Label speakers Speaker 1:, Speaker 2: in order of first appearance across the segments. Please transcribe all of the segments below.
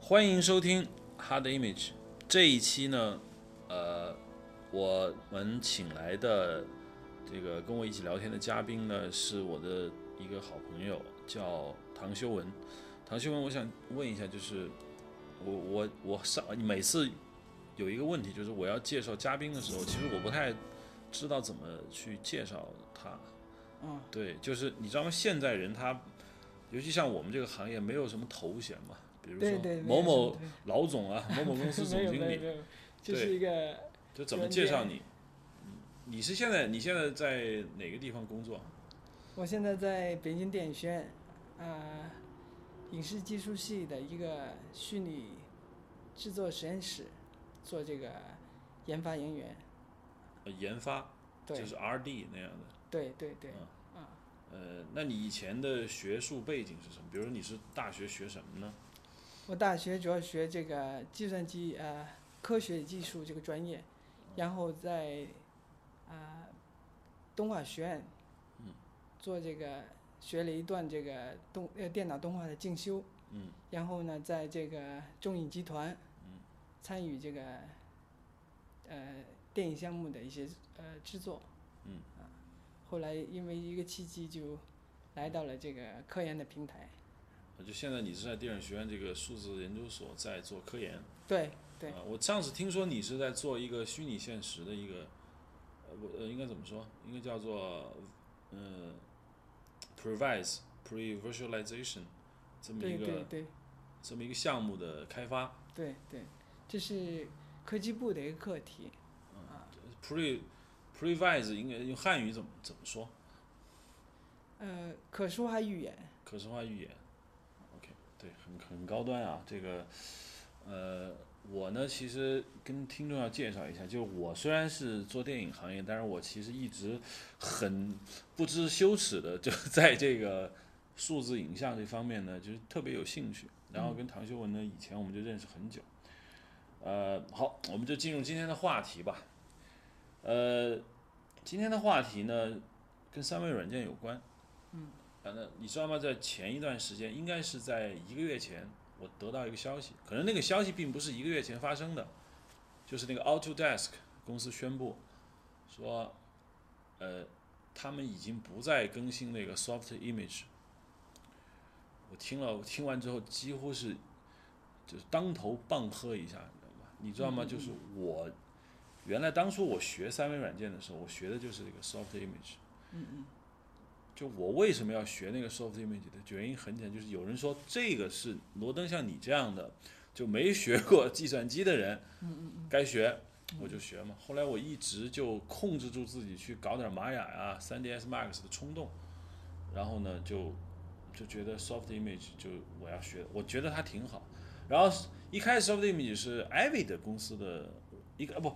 Speaker 1: 欢迎收听 Hard Image。这一期呢，呃，我们请来的这个跟我一起聊天的嘉宾呢，是我的一个好朋友，叫唐修文。唐修文，我想问一下，就是我我我上每次有一个问题，就是我要介绍嘉宾的时候，其实我不太知道怎么去介绍他。
Speaker 2: 嗯，
Speaker 1: 对，就是你知道吗？现在人他，尤其像我们这个行业，没有什么头衔嘛，比如
Speaker 2: 对
Speaker 1: 说
Speaker 2: 对没
Speaker 1: 某
Speaker 2: 有
Speaker 1: 某
Speaker 2: 什么
Speaker 1: 老总啊，某某公司总
Speaker 2: 没有
Speaker 1: 经
Speaker 2: 没有
Speaker 1: 理，
Speaker 2: 没有，就是一个
Speaker 1: 就怎么介绍你？嗯你是现在你现在在哪个地方工作？啊
Speaker 2: 我现在在北京电影学院，呃，影视技术系的一个虚拟制作实验室，做这个研发人员。
Speaker 1: 呃研发，
Speaker 2: 对
Speaker 1: 就是 R D 那样的。
Speaker 2: 对对对，
Speaker 1: 嗯，呃，那你以前的学术背景是什么？比如说你是大学学什么呢？
Speaker 2: 我大学主要学这个计算机呃科学技术这个专业，然后在啊、呃动画学院，
Speaker 1: 嗯
Speaker 2: 做这个学了一段这个动呃电脑动画的进修，
Speaker 1: 嗯，
Speaker 2: 然后呢，在这个中影集团，参与这个呃电影项目的一些呃制作，
Speaker 1: 嗯
Speaker 2: 啊，后来因为一个契机就来到了这个科研的平台，
Speaker 1: 就现在你是在电影学院这个数字研究所在做科研。
Speaker 2: 对对。
Speaker 1: 啊我上次听说你是在做一个虚拟现实的一个，呃，不，呃，应该怎么说？应该叫做，嗯、p r e v i s e pre visualization 这么一
Speaker 2: 对
Speaker 1: 个
Speaker 2: 对对
Speaker 1: 这么一个项目的开发
Speaker 2: 对对，这是科技部的一个课题。
Speaker 1: pre pre v i s e 应该用汉语怎么怎么说？
Speaker 2: 呃，可说还语言，
Speaker 1: 可视化预演，OK，对，很很高端啊。这个，呃，我呢其实跟听众要介绍一下，就是我虽然是做电影行业，但是我其实一直很不知羞耻的，就在这个数字影像这方面呢，就是特别有兴趣。然后跟唐修文呢，以前我们就认识很久。呃，好，我们就进入今天的话题吧。呃，今天的话题呢，跟三维软件有关。啊，那你知道吗？在前一段时间，应该是在一个月前，我得到一个消息，可能那个消息并不是一个月前发生的，就是那个 Autodesk 公司宣布说，呃，他们已经不再更新那个 Soft Image。我听了，我听完之后几乎是就是当头棒喝一下，你知道吗？你知道吗？就是我原来当初我学三维软件的时候，我学的就是这个 Soft Image。就我为什么要学那个 soft image 的原因很简单，就是有人说这个是罗登像你这样的就没学过计算机的人，该学我就学嘛。后来我一直就控制住自己去搞点玛雅啊、3ds Max 的冲动，然后呢就就觉得 soft image 就我要学，我觉得它挺好。然后一开始 soft image 是 Avid 公司的一个啊不，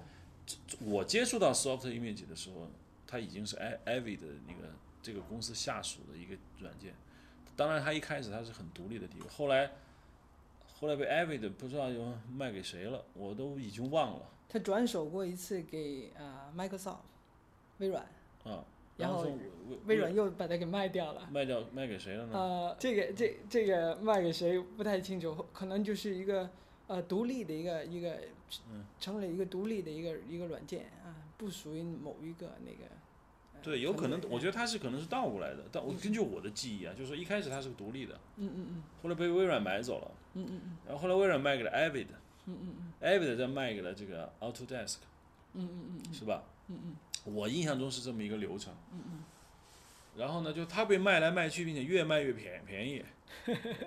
Speaker 1: 我接触到 soft image 的时候，它已经是 A- Avid 的那个这个公司下属的一个软件。当然，它一开始它是很独立的地位，后来后来被 Avid 不知道又卖给谁了，我都已经忘了
Speaker 2: 他转手过一次给啊、呃 Microsoft，微软，
Speaker 1: 啊。
Speaker 2: 然后
Speaker 1: 后微嗯
Speaker 2: 微软又把它给卖掉了。
Speaker 1: 卖掉卖给谁了呢？
Speaker 2: 呃，这个这这个卖给谁不太清楚，可能就是一个呃独立的一个一个，
Speaker 1: 嗯
Speaker 2: 成了一个独立的一个一个软件啊，不属于某一个那个。呃
Speaker 1: 对，有可能，我觉
Speaker 2: 团队
Speaker 1: 得它是可能是倒过来的。但我根据我的记忆啊，就是说一开始它是个独立的，
Speaker 2: 嗯嗯嗯
Speaker 1: 后来被微软买走了，
Speaker 2: 嗯嗯嗯
Speaker 1: 然后后来微软卖给了 Avid，
Speaker 2: 嗯嗯
Speaker 1: Avid 再卖给了这个 Autodesk，
Speaker 2: 嗯嗯嗯
Speaker 1: 是吧？
Speaker 2: 嗯嗯
Speaker 1: 我印象中是这么一个流程。
Speaker 2: 嗯嗯，
Speaker 1: 然后呢，就它被卖来卖去，并且越卖越便便 宜，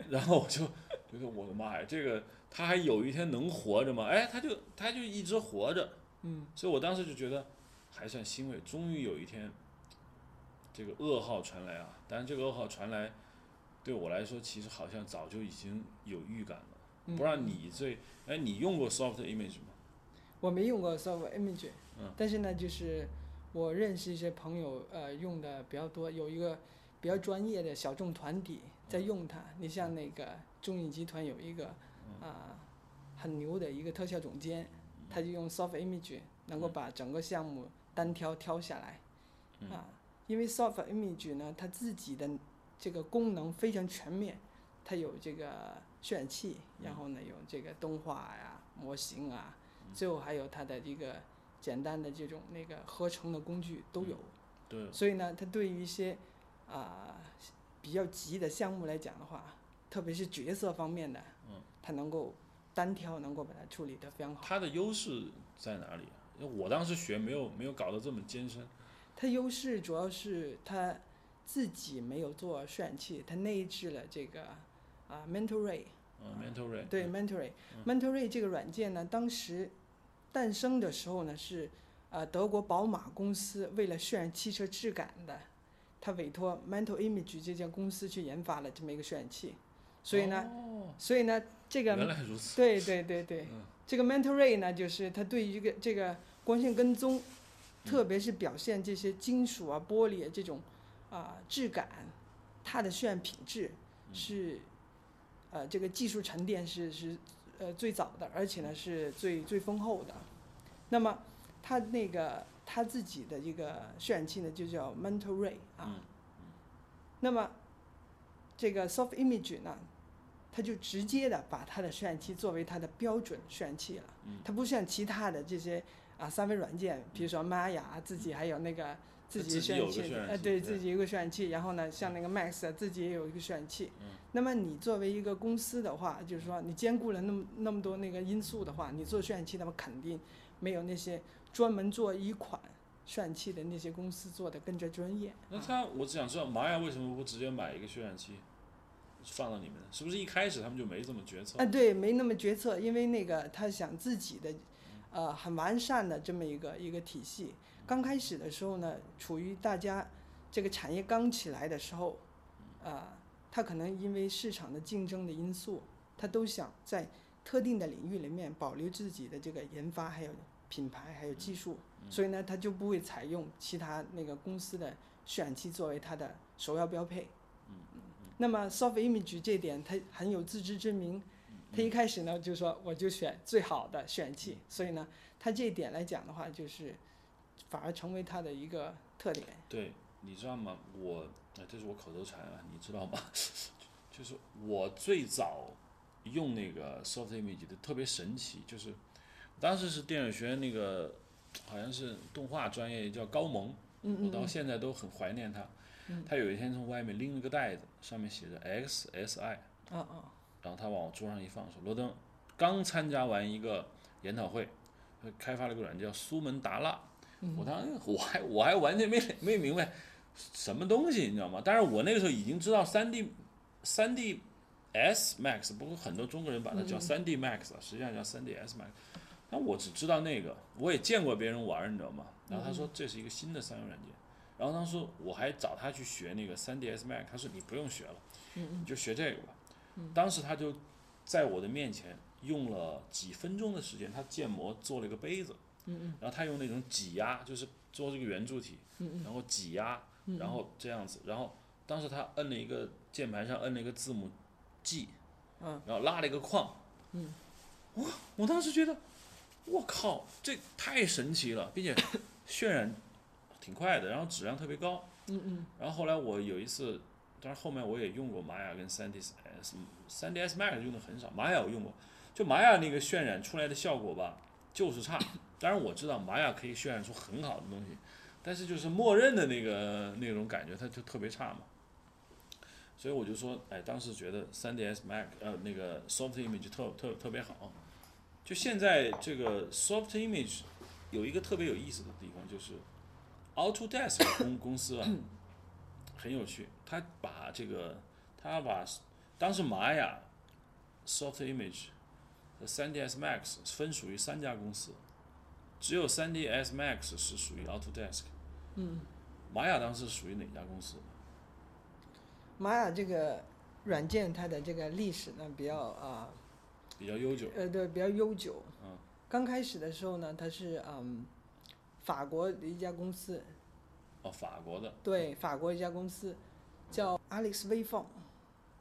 Speaker 1: 然后我就觉得我的妈呀，这个它还有一天能活着吗？哎，它就它就一直活着，
Speaker 2: 嗯，
Speaker 1: 所以我当时就觉得还算欣慰，终于有一天这个噩耗传来啊！但是这个噩耗传来，对我来说其实好像早就已经有预感了。
Speaker 2: 嗯
Speaker 1: 不让你最哎，你用过 Soft Image 吗？
Speaker 2: 我没用过 Soft Image，、
Speaker 1: 嗯
Speaker 2: 但是呢，就是我认识一些朋友，呃，用的比较多，有一个比较专业的小众团体在用它。你像那个中影集团有一个啊、很牛的一个特效总监，他就用 Soft Image 能够把整个项目单挑挑下来，啊，因为 Soft Image 呢，它自己的这个功能非常全面，它有这个渲染器，然后呢有这个动画呀、模型啊，
Speaker 1: 嗯
Speaker 2: 最后还有它的一个简单的这种那个合成的工具都有。
Speaker 1: 嗯对，
Speaker 2: 所以呢，它对于一些啊、比较急的项目来讲的话，特别是角色方面的，
Speaker 1: 嗯，
Speaker 2: 它能够单挑，能够把它处理得非常好。
Speaker 1: 它的优势在哪里啊？因为我当时学没有没有搞得这么艰深。
Speaker 2: 它优势主要是它自己没有做渲染器，它内置了这个啊 Mentorray，
Speaker 1: 嗯，mental 嗯 rate。
Speaker 2: 对 Mentorray，Mentorray 这个软件呢，当时诞生的时候呢是呃德国宝马公司为了渲染汽车质感的，它委托 Mental Image 这家公司去研发了这么一个渲染器，所以呢，
Speaker 1: 哦，
Speaker 2: 所以呢这个
Speaker 1: 原来如此。
Speaker 2: 对对对对，
Speaker 1: 嗯
Speaker 2: 这个 Mentorray 呢，就是它对于这个这个光线跟踪，特别是表现这些金属啊、玻璃啊这种啊、质感，它的渲染品质是、呃这个技术沉淀是是呃最早的，而且呢是最最丰厚的。那么它那个它自己的一个渲染器呢，就叫 Mentorray 啊。
Speaker 1: 嗯
Speaker 2: 那么这个 Soft Image 呢，它就直接的把它的渲染器作为它的标准渲染器了。
Speaker 1: 嗯
Speaker 2: 它不像其他的这些啊三维软件，比如说玛雅啊自己还有那个自己
Speaker 1: 嗯自己
Speaker 2: 渲
Speaker 1: 有
Speaker 2: 染
Speaker 1: 个
Speaker 2: 器，
Speaker 1: 渲染
Speaker 2: 呃，
Speaker 1: 器对
Speaker 2: 对自己有一个渲染器，然后呢，像那个 Max 啊自己也有一个渲染器。
Speaker 1: 嗯
Speaker 2: 那么你作为一个公司的话，就是说你兼顾了那么那么多那个因素的话，你做渲染器，那么肯定没有那些专门做一款渲染器的那些公司做的更加专业。
Speaker 1: 那
Speaker 2: 啊
Speaker 1: 他，我只想知道玛雅为什么不直接买一个渲染器放到里面呢？是不是一开始他们就没这么决策？
Speaker 2: 啊，对，没那么决策，因为那个他想自己的，呃，很完善的这么一个一个体系。刚开始的时候呢，处于大家这个产业刚起来的时候，呃，他可能因为市场的竞争的因素，他都想在特定的领域里面保留自己的这个研发，还有品牌，还有技术，
Speaker 1: 嗯
Speaker 2: 所以呢，他就不会采用其他那个公司的渲染器作为它的首要标配。
Speaker 1: 嗯
Speaker 2: 那么 Soft Image 这点，它很有自知之明。他一开始呢就说我就选最好的选器，所以呢，他这一点来讲的话，就是反而成为他的一个特点。
Speaker 1: 对，你知道吗？我，哎这是我口头禅啊，你知道吗？ 就是我最早用那个 Soft Image 的特别神奇，就是当时是电影学院那个好像是动画专业叫高萌，我
Speaker 2: 嗯
Speaker 1: 到现在都很怀念他。他有一天从外面拎了个袋子，上面写着 XSI，
Speaker 2: 嗯，啊啊，
Speaker 1: 然后他往我桌上一放，说：“罗登，刚参加完一个研讨会，呃开发了个软件叫苏门答腊。”我当时我还我还完全没没明白什么东西，你知道吗？但是我那个时候已经知道3 D 3 D S Max，不过很多中国人把它叫3 D Max，、啊，实际上叫3 D S Max。那我只知道那个，我也见过别人玩儿，你知道吗？然后他说这是一个新的三维软件，然后当时我还找他去学那个3 D S Max，他说你不用学了，你就学这个吧。当时他就在我的面前用了几分钟的时间，他建模做了一个杯子，
Speaker 2: 嗯
Speaker 1: 然后他用那种挤压，就是做这个圆柱体，
Speaker 2: 嗯
Speaker 1: 然后挤压，然后这样子，然后当时他摁了一个键盘上摁了一个字母 G，
Speaker 2: 嗯，
Speaker 1: 然后拉了一个框，嗯，我我当时觉得，我靠，这太神奇了，并且渲染挺快的，然后质量特别高，
Speaker 2: 嗯嗯
Speaker 1: 然后后来我有一次，当然后面我也用过玛雅跟3 D S 3 D S Max 用的很少，玛雅我用过，就玛雅那个渲染出来的效果吧，就是差。当然我知道玛雅可以渲染出很好的东西，但是就是默认的那个那种感觉，它就特别差嘛。所以我就说，哎，当时觉得3 D S Max 呃那个 Soft Image 特特特别好。就现在这个 Soft Image 有一个特别有意思的地方，就是 Autodesk 公公司啊，很有趣，他把这个，他把当时玛雅、Soft Image 和 3ds Max 分属于三家公司，只有 3ds Max 是属于 Autodesk。
Speaker 2: 嗯，
Speaker 1: 玛雅当时属于哪家公司？
Speaker 2: 玛雅这个软件它的这个历史呢比较啊
Speaker 1: 比较悠久。
Speaker 2: 呃，对，比较悠久。
Speaker 1: 嗯
Speaker 2: 刚开始的时候呢，它是嗯，法国的一家公司，
Speaker 1: 哦，法国的。
Speaker 2: 对，法国一家公司叫 Alex Wayfont，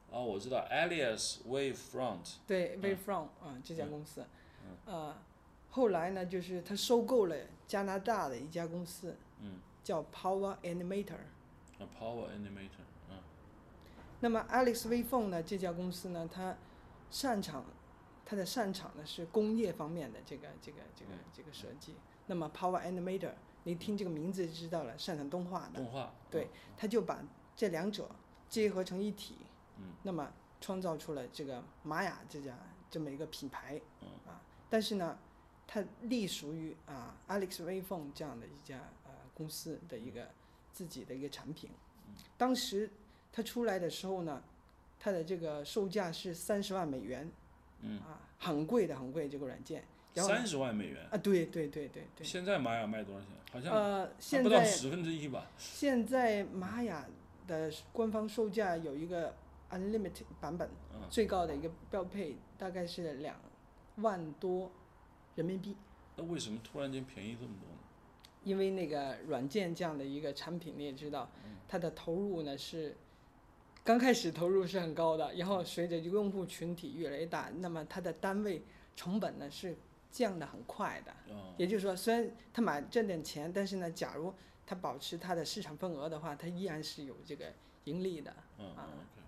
Speaker 1: 哦，我知道，Alias Wavefront。
Speaker 2: 对
Speaker 1: 嗯
Speaker 2: ，Wayfront 啊、这家公司，呃，后来呢，就是他收购了加拿大的一家公司，
Speaker 1: 嗯
Speaker 2: 叫 Power Animator，
Speaker 1: 啊，Power Animator。嗯
Speaker 2: 那么 Alex V Phone 呢，这家公司呢，它擅长，它的擅长呢是工业方面的这个这个这个
Speaker 1: 嗯
Speaker 2: 这个设计。那么 Power Animator，你听这个名字就知道了，擅长动画的，
Speaker 1: 动画，啊
Speaker 2: 对它就把这两者结合成一体，
Speaker 1: 嗯，
Speaker 2: 那么创造出了这个玛雅这家这么一个品牌，
Speaker 1: 嗯
Speaker 2: 啊，但是呢，它隶属于啊 Alex v p h o n e 这样的一家呃公司的一个自己的一个产品。
Speaker 1: 嗯
Speaker 2: 当时它出来的时候呢，它的这个售价是三十万美元，
Speaker 1: 嗯
Speaker 2: 啊，很贵的，很贵这个软件。然后呢
Speaker 1: 三十万美元，
Speaker 2: 啊，对对对对对，
Speaker 1: 现在玛雅卖多少钱？好像
Speaker 2: 呃，
Speaker 1: 还
Speaker 2: 现
Speaker 1: 不到
Speaker 2: 在
Speaker 1: 十分之一吧。
Speaker 2: 现在玛雅的官方售价有一个 unlimited 版本，
Speaker 1: 嗯
Speaker 2: 最高的一个标配大概是两万多人民币，
Speaker 1: 那为什么突然间便宜这么多呢？
Speaker 2: 因为那个软件这样的一个产品，你也知道，它的投入呢是。刚开始投入是很高的，然后随着用户群体越来越大，那么它的单位成本呢是降得很快的。
Speaker 1: 啊，
Speaker 2: 也就是说，虽然他买这点钱，但是呢，假如他保持他的市场份额的话，他依然是有这个盈利的。
Speaker 1: 嗯
Speaker 2: 啊
Speaker 1: 嗯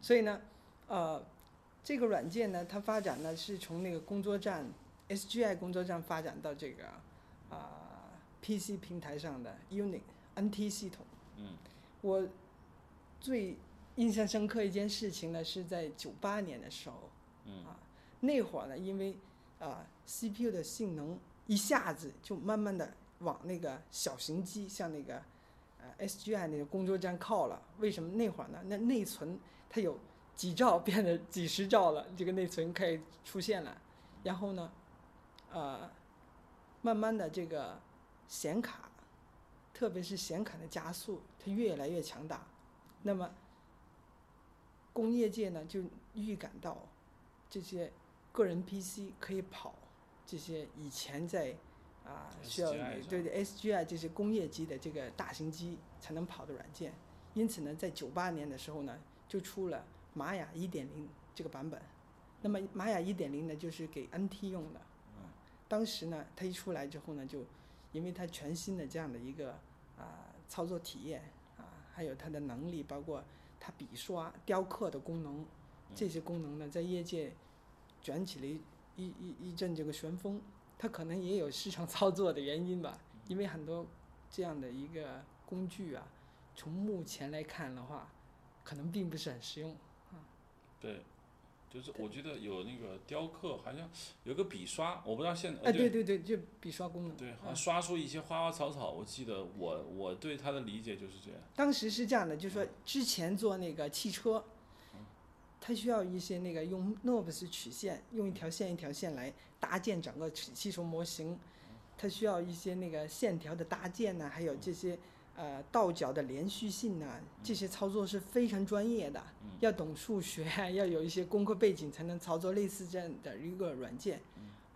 Speaker 2: 所以呢，呃，这个软件呢，它发展呢是从那个工作站 SGI 工作站发展到这个啊、PC 平台上的 Unix NT 系统。
Speaker 1: 嗯
Speaker 2: 我最印象深刻一件事情呢，是在九八年的时候，
Speaker 1: 嗯
Speaker 2: 啊，那会儿呢，因为啊、CPU 的性能一下子就慢慢的往那个小型机，像那个呃 SGI 那个工作站靠了。为什么那会儿呢？那内存它有几兆变得几十兆了，这个内存可以出现了。然后呢，呃，慢慢的这个显卡，特别是显卡的加速，它越来越强大。那么工业界呢，就预感到这些个人 PC 可以跑这些以前在啊、需要
Speaker 1: SGI
Speaker 2: 对对 SGI 这些工业级的这个大型机才能跑的软件。因此呢，在九八年的时候呢，就出了玛雅一点零这个版本。那么玛雅一点零呢，就是给 NT 用的。啊，当时呢，它一出来之后呢，就因为它全新的这样的一个啊、操作体验啊，还有它的能力，包括它笔刷、雕刻的功能，这些功能呢，在业界卷起了一一一一阵这个旋风。它可能也有市场操作的原因吧，因为很多这样的一个工具啊，从目前来看的话，可能并不是很实用。
Speaker 1: 对，就是我觉得有那个雕刻，好像有个笔刷，我不知道现在呃
Speaker 2: 哎，对对对，就笔刷功能。
Speaker 1: 对，好
Speaker 2: 啊
Speaker 1: 像刷出一些花花草草。我记得我我对它的理解就是这样。
Speaker 2: 当时是这样的，就是说之前做那个汽车，它需要一些那个用 NURBS 曲线，用一条线一条线来搭建整个汽汽车模型，它需要一些那个线条的搭建呐、还有这些呃倒角的连续性呐、这些操作是非常专业的，要懂数学，要有一些功课背景才能操作类似这样的一个软件，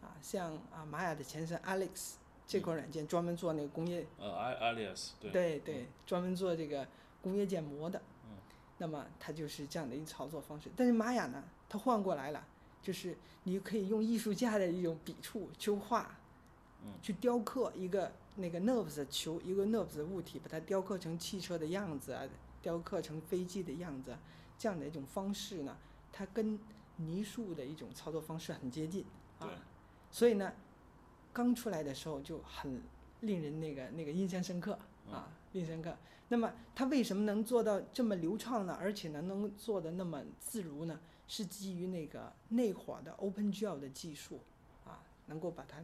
Speaker 2: 啊，像啊玛雅的前身 Alex 这款软件专门做那个工业
Speaker 1: 呃，A- alias 对，
Speaker 2: 对专门做这个工业建模的。那么它就是这样的一个操作方式。但是玛雅呢，它换过来了，就是你可以用艺术家的一种笔触去画，去雕刻一个那个 nerves 的球，一个 nerves 的物体，把它雕刻成汽车的样子啊，雕刻成飞机的样子啊，这样的一种方式呢，它跟泥塑的一种操作方式很接近啊
Speaker 1: 对。
Speaker 2: 所以呢，刚出来的时候就很令人那个那个印象深刻啊，印象深刻。那么它为什么能做到这么流畅呢？而且呢，能做的那么自如呢？是基于那个内火的 OpenGL 的技术啊，能够把它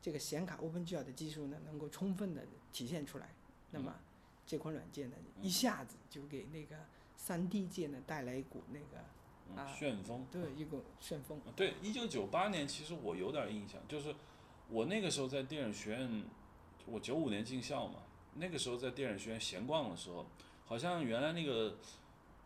Speaker 2: 这个显卡 OpenGL 的技术呢，能够充分的体现出来。那么
Speaker 1: 嗯
Speaker 2: 这款软件呢，一下子就给那个三 D 界呢带来一股那个
Speaker 1: 嗯，
Speaker 2: 啊
Speaker 1: 旋风。
Speaker 2: 对一股旋风。
Speaker 1: 对，一九九八年其实我有点印象，就是我那个时候在电影学院，我九五年进校嘛，那个时候在电影学院闲逛的时候，好像原来那个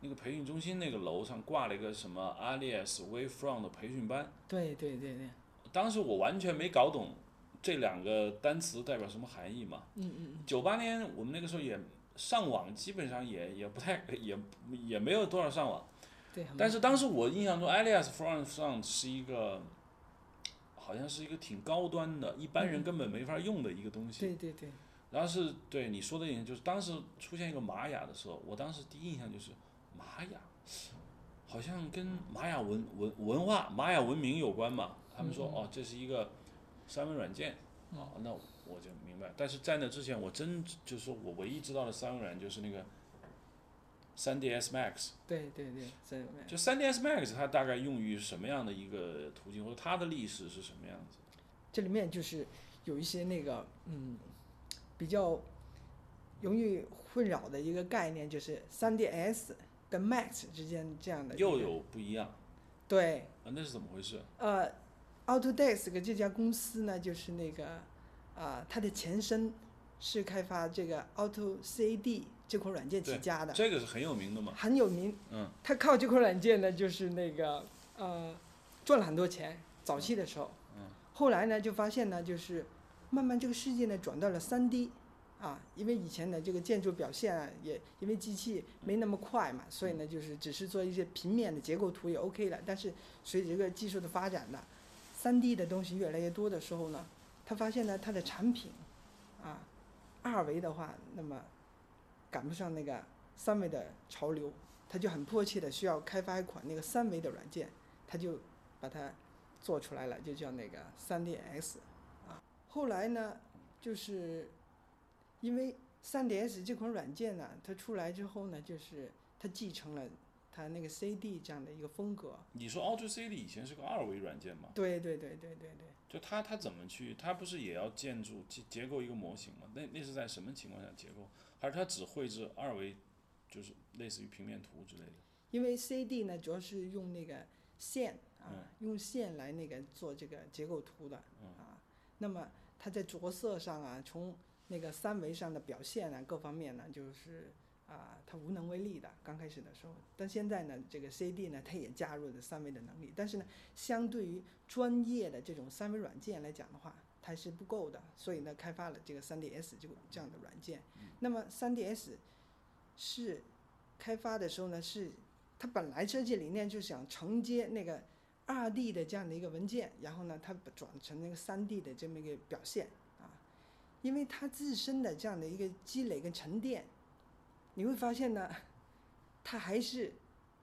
Speaker 1: 那个培训中心那个楼上挂了一个什么 Alias Wavefront 的培训班，
Speaker 2: 对对对对，
Speaker 1: 当时我完全没搞懂这两个单词代表什么含义嘛。
Speaker 2: 嗯嗯
Speaker 1: 九八年我们那个时候也上网，基本上也也不太 也也没有多少上网。
Speaker 2: 对。很
Speaker 1: 但是当时我印象中，Alias Front 上是一个，好像是一个挺高端的，一般人
Speaker 2: 嗯
Speaker 1: 根本没法用的一个东西。
Speaker 2: 对对对，
Speaker 1: 然后是对你说的印象，就是当时出现一个玛雅的时候，我当时第一印象就是玛雅，好像跟玛雅文文文化、玛雅文明有关吧？他们说、哦，这是一个三维软件啊、那我就明白。但是在那之前，我真就是说我唯一知道的三维软件就是那个三 DS Max。
Speaker 2: 对对对，真有
Speaker 1: 就三 DS Max 它大概用于什么样的一个途径，或者它的历史是什么样子？
Speaker 2: 这里面就是有一些那个嗯，比较容易混淆的一个概念，就是 3DS 跟 Max 之间这样的一
Speaker 1: 又
Speaker 2: 个
Speaker 1: 有不一样
Speaker 2: 对，
Speaker 1: 啊？那是怎么回事？
Speaker 2: 呃，Autodesk 这家公司呢，就是那个啊、呃它的前身是开发这个 AutoCAD 这款软件起
Speaker 1: 对
Speaker 2: 家的，
Speaker 1: 这个是很有名的嘛？
Speaker 2: 很有名。
Speaker 1: 嗯，
Speaker 2: 它靠这款软件呢，就是那个呃赚了很多钱，早期的时候。
Speaker 1: 嗯
Speaker 2: 后来呢，就发现呢，就是慢慢这个世界呢转到了3 D，啊，因为以前的这个建筑表现啊，也因为机器没那么快
Speaker 1: 嗯
Speaker 2: 嘛，所以呢，就是只是做一些平面的结构图也 OK 了。但是随着这个技术的发展呢，3 D 的东西越来越多的时候呢，他发现呢，它的产品啊，二维的话，那么赶不上那个三维的潮流，他就很迫切的需要开发一款那个三维的软件，他就把它做出来了，就叫那个 3DS 啊。后来呢，就是因为 3DS 这款软件呢，它出来之后呢，就是它继承了它那个 CD 这样的一个风格。
Speaker 1: 你说 AutoCAD 以前是个二维软件嘛？
Speaker 2: 对对对对对对。
Speaker 1: 就它它怎么去？它不是也要建筑结结构一个模型吗？那那是在什么情况下结构？还是它只绘制二维，就是类似于平面图之类的？
Speaker 2: 因为 CD 呢，主要是用那个线啊，
Speaker 1: 嗯
Speaker 2: 用线来那个做这个结构图的、啊。那么它在着色上啊，从那个三维上的表现啊，各方面呢，就是啊，它无能为力的。刚开始的时候，但现在呢，这个 CD 呢，它也加入了三维的能力，但是呢，相对于专业的这种三维软件来讲的话，它还是不够的。所以呢，开发了这个 3DS 这个这样的软件。那么 3DS 是开发的时候呢，是它本来设计理念就是想承接那个二 D 的这样的一个文件，然后呢，它把转成那个三 D 的这么一个表现啊，因为它自身的这样的一个积累跟沉淀，你会发现呢，它还是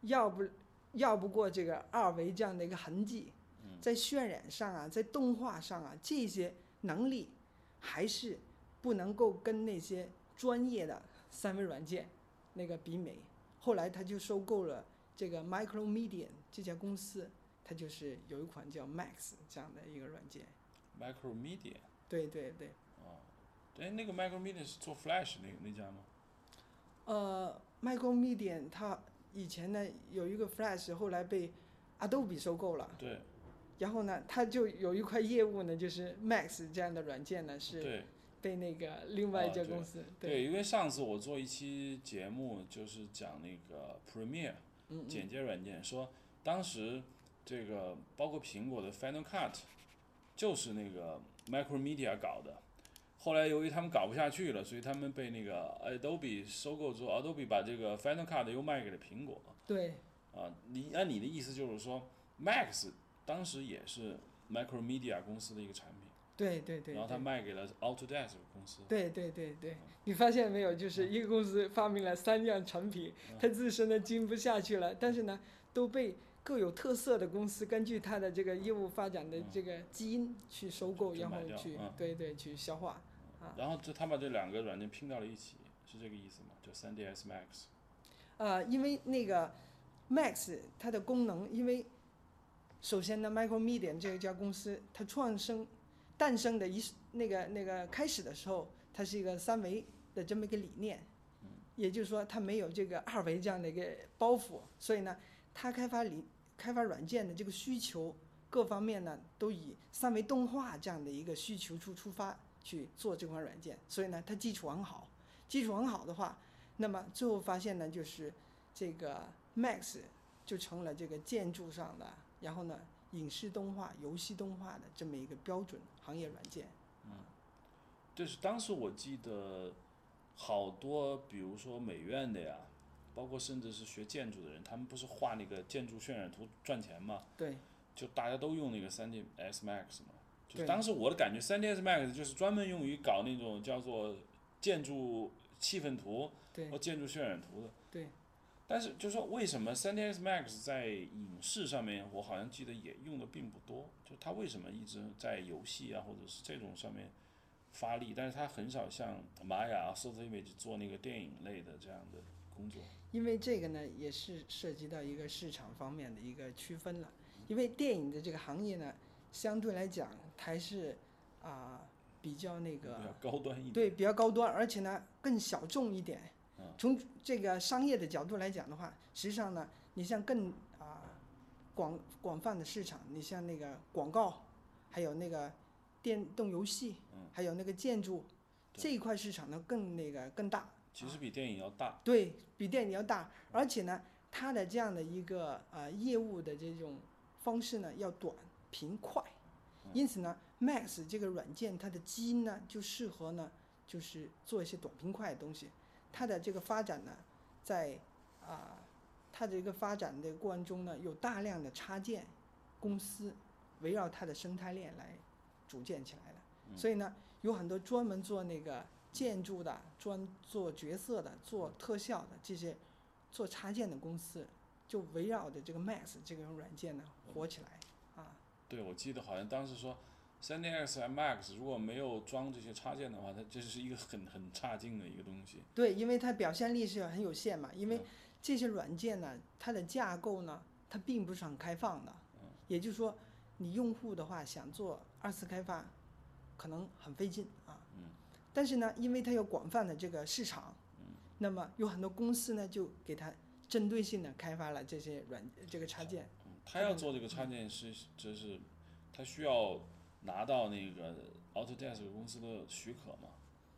Speaker 2: 要不要不过这个二维这样的一个痕迹，在渲染上啊，在动画上啊，这些能力还是不能够跟那些专业的三维软件那个比美。后来他就收购了这个 Micromedia 这家公司，它就是有一款叫 Max 这样的一个软件。
Speaker 1: Micromedia
Speaker 2: 对对对，
Speaker 1: 啊，哎，那个 Micromedia 是做 Flash 那个那家吗？
Speaker 2: 呃，Micromedia 它以前呢有一个 Flash，后来被 Adobe 收购了。
Speaker 1: 对
Speaker 2: 然后呢，它就有一块业务呢，就是 Max 这样的软件呢是
Speaker 1: 对
Speaker 2: 被那个另外一家
Speaker 1: 啊对
Speaker 2: 公司、
Speaker 1: 对，因为上次我做一期节目就是讲那个 Premiere
Speaker 2: 嗯嗯
Speaker 1: 剪接软件，说当时这个包括苹果的 Final Cut 就是那个 Micromedia 搞的。后来由于他们搞不下去了，所以他们被那个 Adobe 收购之后，Adobe 把这个 Final Cut 又卖给了苹果。
Speaker 2: 对
Speaker 1: 啊，你按你的意思就是说，Max 当时也是 Micromedia 公司的一个产品，
Speaker 2: 对对对，
Speaker 1: 然后它卖给了 Autodesk 公司。
Speaker 2: 对对对对，你发现没有？就是一个公司发明了三样产品，
Speaker 1: 嗯
Speaker 2: 它自身呢经营不下去了，但是呢都被各有特色的公司根据它的这个业务发展的这个基因去收购，
Speaker 1: 就
Speaker 2: 然后
Speaker 1: 嗯买掉
Speaker 2: 去
Speaker 1: 嗯
Speaker 2: 对对去消化。啊
Speaker 1: 然后这他把这两个软件拼到了一起，是这个意思吗？就 3ds Max。
Speaker 2: 呃，因为那个 Max 它的功能，因为首先呢，Micromedia 这一家公司它创生诞生的一那个那个开始的时候，它是一个三维的这么一个理念，也就是说它没有这个二维这样的一个包袱，所以呢，它开发理开发软件的这个需求各方面呢，都以三维动画这样的一个需求出出发去做这款软件，所以呢，它基础很好，基础很好的话。那么最后发现呢，就是这个 Max 就成了这个建筑上的，然后呢，影视动画、游戏动画的这么一个标准行业软件。
Speaker 1: 就是当时我记得好多，比如说美院的呀，包括甚至是学建筑的人，他们不是画那个建筑渲染图赚钱吗？
Speaker 2: 对
Speaker 1: 就大家都用那个 3ds Max 嘛。就是
Speaker 2: 对
Speaker 1: 当时我的感觉，3ds Max 就是专门用于搞那种叫做建筑气氛图
Speaker 2: 对
Speaker 1: 或建筑渲染图的。
Speaker 2: 对，
Speaker 1: 但是就是说，为什么 3ds Max 在影视上面，我好像记得也用的并不多，就它为什么一直在游戏啊或者是这种上面发力，但是它很少像玛雅啊、Soft Image 做那个电影类的这样的工作。
Speaker 2: 因为这个呢，也是涉及到一个市场方面的一个区分了。因为电影的这个行业呢，相对来讲还是啊、比较那个
Speaker 1: 比较高端一点。
Speaker 2: 对，比较高端，而且呢更小众一点
Speaker 1: 嗯。
Speaker 2: 从这个商业的角度来讲的话，实际上呢，你像更啊、广广泛的市场，你像那个广告，还有那个电动游戏，还有那个建筑
Speaker 1: 嗯对
Speaker 2: 这一块市场呢更那个更大，
Speaker 1: 其实比电影要大。
Speaker 2: 对比电影要大，而且呢，它的这样的一个啊业务的这种方式呢要短平快，因此呢，Max 这个软件它的基因呢就适合呢就是做一些短平快的东西，它的这个发展呢在啊、它的一个发展的过程中呢有大量的插件公司围绕它的生态链来组建起来了，所以呢有很多专门做那个。建筑的、专做角色的、做特效的这些做插件的公司，就围绕着这个 Max 这个软件呢火起来啊。
Speaker 1: 对，我记得好像当时说3ds Max 如果没有装这些插件的话，它这是一个很很差劲的一个东西。
Speaker 2: 对，因为它表现力是很有限嘛，因为这些软件呢，它的架构呢，它并不是很开放的，也就是说，你用户的话想做二次开发，可能很费劲啊。
Speaker 1: 嗯。
Speaker 2: 但是呢，因为它有广泛的这个市场，嗯，那么有很多公司呢就给它针对性的开发了这些软这个插件。
Speaker 1: 嗯，他要做这个插件是，这是他需要拿到那个 Autodesk 公司的许可嘛？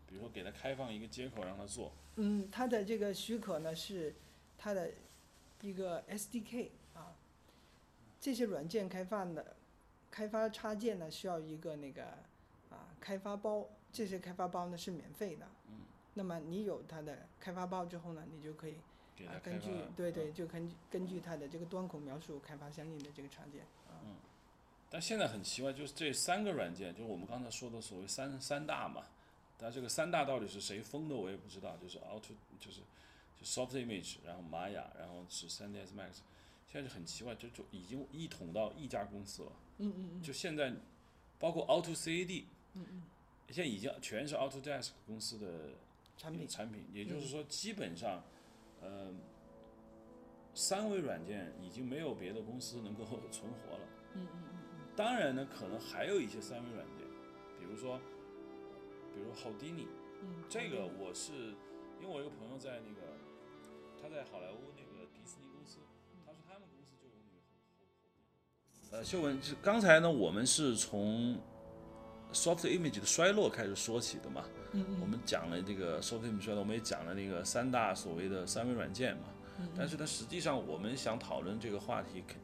Speaker 1: 比如说给他开放一个接口让他做，
Speaker 2: 嗯，它的这个许可呢是它的一个 SDK 啊，这些软件开发的开发插件呢需要一个那个啊开发包，这些开发包呢是免费的。嗯。那么你有它的开发包之后呢，你就可以
Speaker 1: 给
Speaker 2: 啊
Speaker 1: 他开
Speaker 2: 根
Speaker 1: 发
Speaker 2: 据。对对，就根据根据它的这个端口描述开发相应的这个插件。
Speaker 1: 但现在很奇怪，就是这三个软件，就是我们刚才说的所谓三三大嘛，但这个三大到底是谁封的，我也不知道。就是 Auto，就是就 Soft Image，然后玛雅，然后是 3ds Max，现在就很奇怪，就就已经一统到一家公司了。
Speaker 2: 嗯嗯嗯，
Speaker 1: 就现在，包括 Auto CAD，现在已经全是 Autodesk 公司的
Speaker 2: 产品。嗯
Speaker 1: 产品，也就是说，基本上，呃，三维软件已经没有别的公司能够 存活了。
Speaker 2: 嗯嗯嗯嗯。
Speaker 1: 当然呢，可能还有一些三维软件，比如说，比如 Houdini，
Speaker 2: 嗯，
Speaker 1: 这个我是因为我有一个朋友在那个他在好莱坞那个迪士尼公司，他说他们公司就用那个 Houdini。呃，秀文是刚才呢，我们是从 Soft Image 的衰落开始说起的嘛，
Speaker 2: 嗯嗯
Speaker 1: 我们讲了这个 Soft Image 衰落，我们也讲了那个三大所谓的三维软件嘛，但是呢，实际上我们想讨论这个话题，肯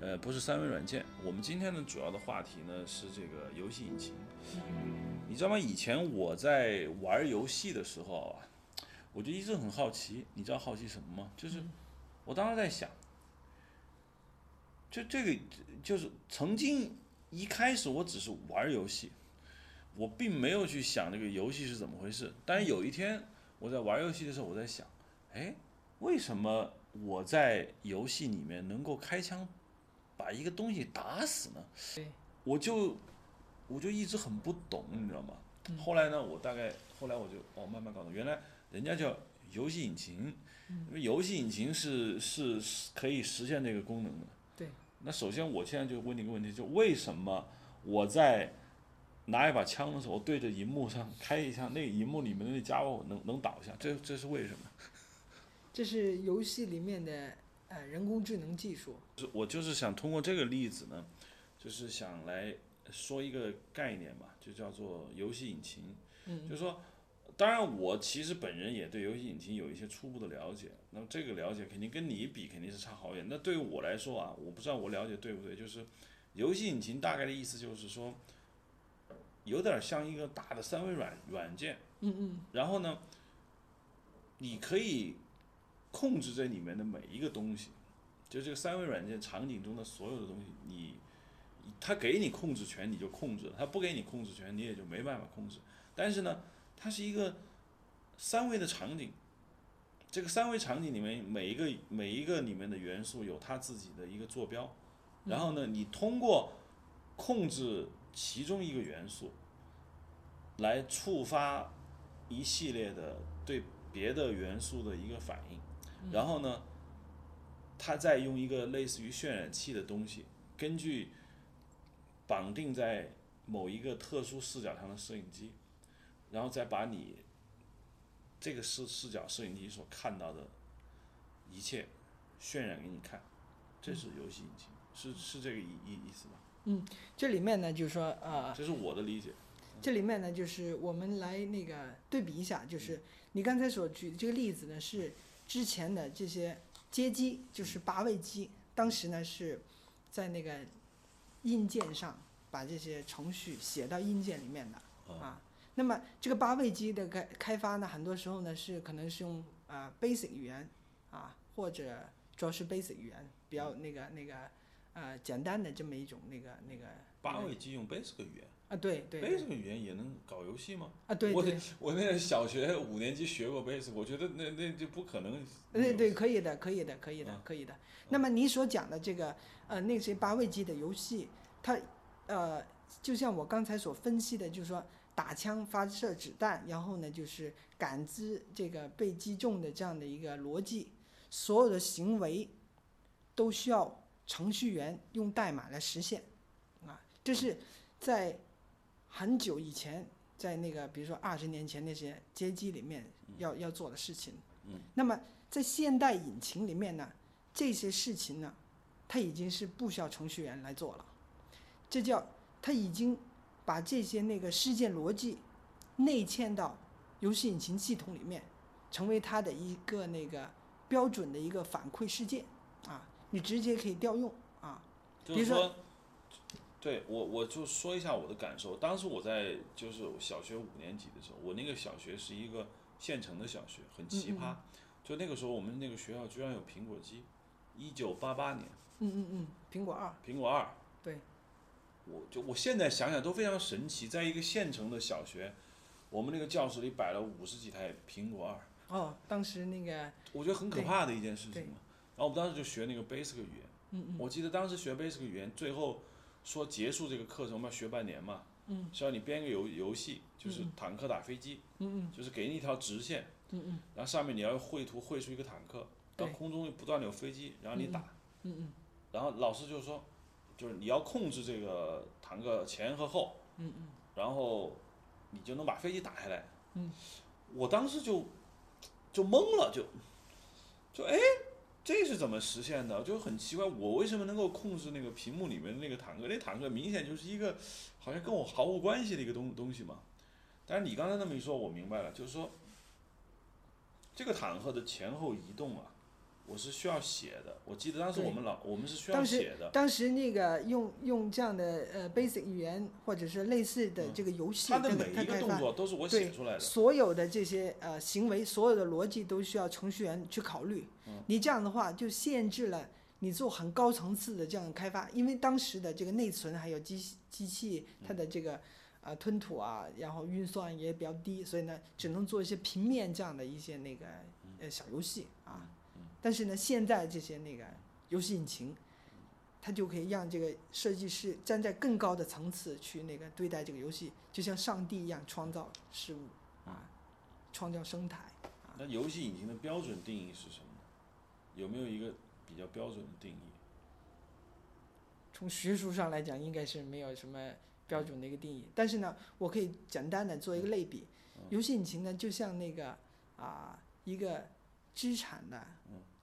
Speaker 1: 呃，不是三维软件，我们今天的主要的话题呢是这个游戏引擎。你知道吗？以前我在玩游戏的时候啊，我就一直很好奇，你知道好奇什么吗？就是我当时在想，就这个就是曾经一开始我只是玩游戏，我并没有去想这个游戏是怎么回事。但是有一天我在玩游戏的时候，我在想，哎，为什么我在游戏里面能够开枪把一个东西打死呢？
Speaker 2: 对
Speaker 1: 我就我就一直很不懂，你知道吗？后来呢，我大概后来我就哦慢慢搞懂，原来人家叫游戏引擎，因为游戏引擎是是是可以实现这个功能的。
Speaker 2: 对。
Speaker 1: 那首先我现在就问你一个问题，就为什么我在拿一把枪的时候，对着荧幕上开一枪，那个荧幕里面的那家伙能能倒下，这这是为什么？
Speaker 2: 这是游戏里面的呃人工智能技术。
Speaker 1: 就我就是想通过这个例子呢，就是想来说一个概念吧，就叫做游戏引擎。
Speaker 2: 嗯
Speaker 1: 就是说，当然我其实本人也对游戏引擎有一些初步的了解，那么这个了解肯定跟你比肯定是差好远。那对于我来说啊，我不知道我了解对不对，就是游戏引擎大概的意思就是说，有点像一个大的三维软软件，
Speaker 2: 嗯嗯。
Speaker 1: 然后呢，你可以控制这里面的每一个东西，就这个三维软件场景中的所有的东西，你它给你控制权你就控制了，它不给你控制权你也就没办法控制。但是呢，它是一个三维的场景，这个三维场景里面每一个每一个里面的元素有它自己的一个坐标，然后呢，你通过控制其中一个元素，来触发一系列的对别的元素的一个反应，然后呢，它再用一个类似于渲染器的东西，根据绑定在某一个特殊视角上的摄影机，然后再把你这个视视角摄影机所看到的一切渲染给你看，这是游戏引擎，是是这个意意意思吧？
Speaker 2: 这里面呢，就是说呃，
Speaker 1: 这是我的理解。
Speaker 2: 这里面呢，就是我们来那个对比一下，就是
Speaker 1: 嗯
Speaker 2: 你刚才所举的这个例子呢，是之前的这些街机，就是八位机，当时呢是在那个硬件上把这些程序写到硬件里面的。
Speaker 1: 嗯
Speaker 2: 啊。那么这个八位机的开开发呢，很多时候呢是可能是用啊、Basic 语言啊，或者主要是 Basic 语言比较
Speaker 1: 嗯
Speaker 2: 那个那个呃简单的这么一种那个那个
Speaker 1: 八位机用 Basic 语言
Speaker 2: 啊，对对对
Speaker 1: ，Basic 语言也能搞游戏吗？
Speaker 2: 啊，对
Speaker 1: 我
Speaker 2: 对
Speaker 1: 我那小学五年级学过 Basic，我觉得那那就不可能。
Speaker 2: 对对，可以的，可以的，可以的
Speaker 1: 嗯，
Speaker 2: 可以的。那么你所讲的这个呃那些八位机的游戏，它呃就像我刚才所分析的，就是说打枪、发射子弹，然后呢就是感知这个被击中的这样的一个逻辑，所有的行为都需要程序员用代码来实现啊，这是在很久以前。在那个，比如说二十年前那些街机里面要要做的事情，
Speaker 1: 嗯，
Speaker 2: 那么在现代引擎里面呢，这些事情呢，它已经是不需要程序员来做了，这叫它已经把这些那个事件逻辑内嵌到游戏引擎系统里面，成为它的一个那个标准的一个反馈事件啊，你直接可以调用啊，
Speaker 1: 就
Speaker 2: 比
Speaker 1: 是
Speaker 2: 如
Speaker 1: 说，对我我就说一下我的感受。当时我在就是我小学五年级的时候，我那个小学是一个县城的小学，很奇
Speaker 2: 嗯嗯
Speaker 1: 葩。就那个时候，我们那个学校居然有苹果机，一九八八年，
Speaker 2: 嗯嗯嗯，苹果二，
Speaker 1: 苹果二。
Speaker 2: 对，
Speaker 1: 我就我现在想想都非常神奇，在一个县城的小学，我们那个教室里摆了五十几台苹果二。
Speaker 2: 哦，当时那个，
Speaker 1: 我觉得很可怕的一件事
Speaker 2: 对
Speaker 1: 情嘛。然后我们当时就学那个 Basic 语言，
Speaker 2: 嗯嗯
Speaker 1: 我记得当时学 Basic 语言，最后说结束这个课程我们要学半年嘛，
Speaker 2: 嗯
Speaker 1: 是让你编个游游戏，就是
Speaker 2: 嗯
Speaker 1: 坦克打飞机，
Speaker 2: 嗯
Speaker 1: 就是给你一条直线，
Speaker 2: 嗯嗯
Speaker 1: 然后上面你要绘图绘出一个坦克，然后
Speaker 2: 对
Speaker 1: 空中不断的有飞机，然后你打，
Speaker 2: 嗯嗯
Speaker 1: 然后老师就说，就是你要控制这个坦克前和后，
Speaker 2: 嗯嗯，
Speaker 1: 然后你就能把飞机打下来。
Speaker 2: 嗯，
Speaker 1: 我当时就就懵了，就就哎，这是怎么实现的？就很奇怪，我为什么能够控制那个屏幕里面的那个坦克？那坦克明显就是一个好像跟我毫无关系的一个东东西嘛。但是你刚才那么一说，我明白了，就是说这个坦克的前后移动啊。我是需要写的，我记得当时
Speaker 2: 对
Speaker 1: 我们老我们是需要
Speaker 2: 当时
Speaker 1: 写的，
Speaker 2: 当时那个用用这样的呃 Basic 语言或者是类似的
Speaker 1: 嗯
Speaker 2: 这个游戏，
Speaker 1: 它的
Speaker 2: 这
Speaker 1: 每
Speaker 2: 它
Speaker 1: 一个
Speaker 2: 开
Speaker 1: 动
Speaker 2: 发
Speaker 1: 作都是我
Speaker 2: 对
Speaker 1: 写出来的。
Speaker 2: 所有的这些呃行为，所有的逻辑都需要程序员去考虑。
Speaker 1: 嗯
Speaker 2: 你这样的话就限制了你做很高层次的这样的开发，因为当时的这个内存还有机器机器它的这个呃吞吐啊，然后运算也比较低，所以呢只能做一些平面这样的一些那个呃小游戏啊。
Speaker 1: 嗯
Speaker 2: 但是呢，现在这些那个游戏引擎。它就可以让这个设计师站在更高的层次去那个对待这个游戏，就像上帝一样创造事物。啊，创造生态。
Speaker 1: 那游戏引擎的标准定义是什么呢？有没有一个比较标准的定义？
Speaker 2: 从学术上来讲，应该是没有什么标准的一个定义。但是呢，我可以简单的做一个类比，游戏引擎呢，就像那个啊、一个资产的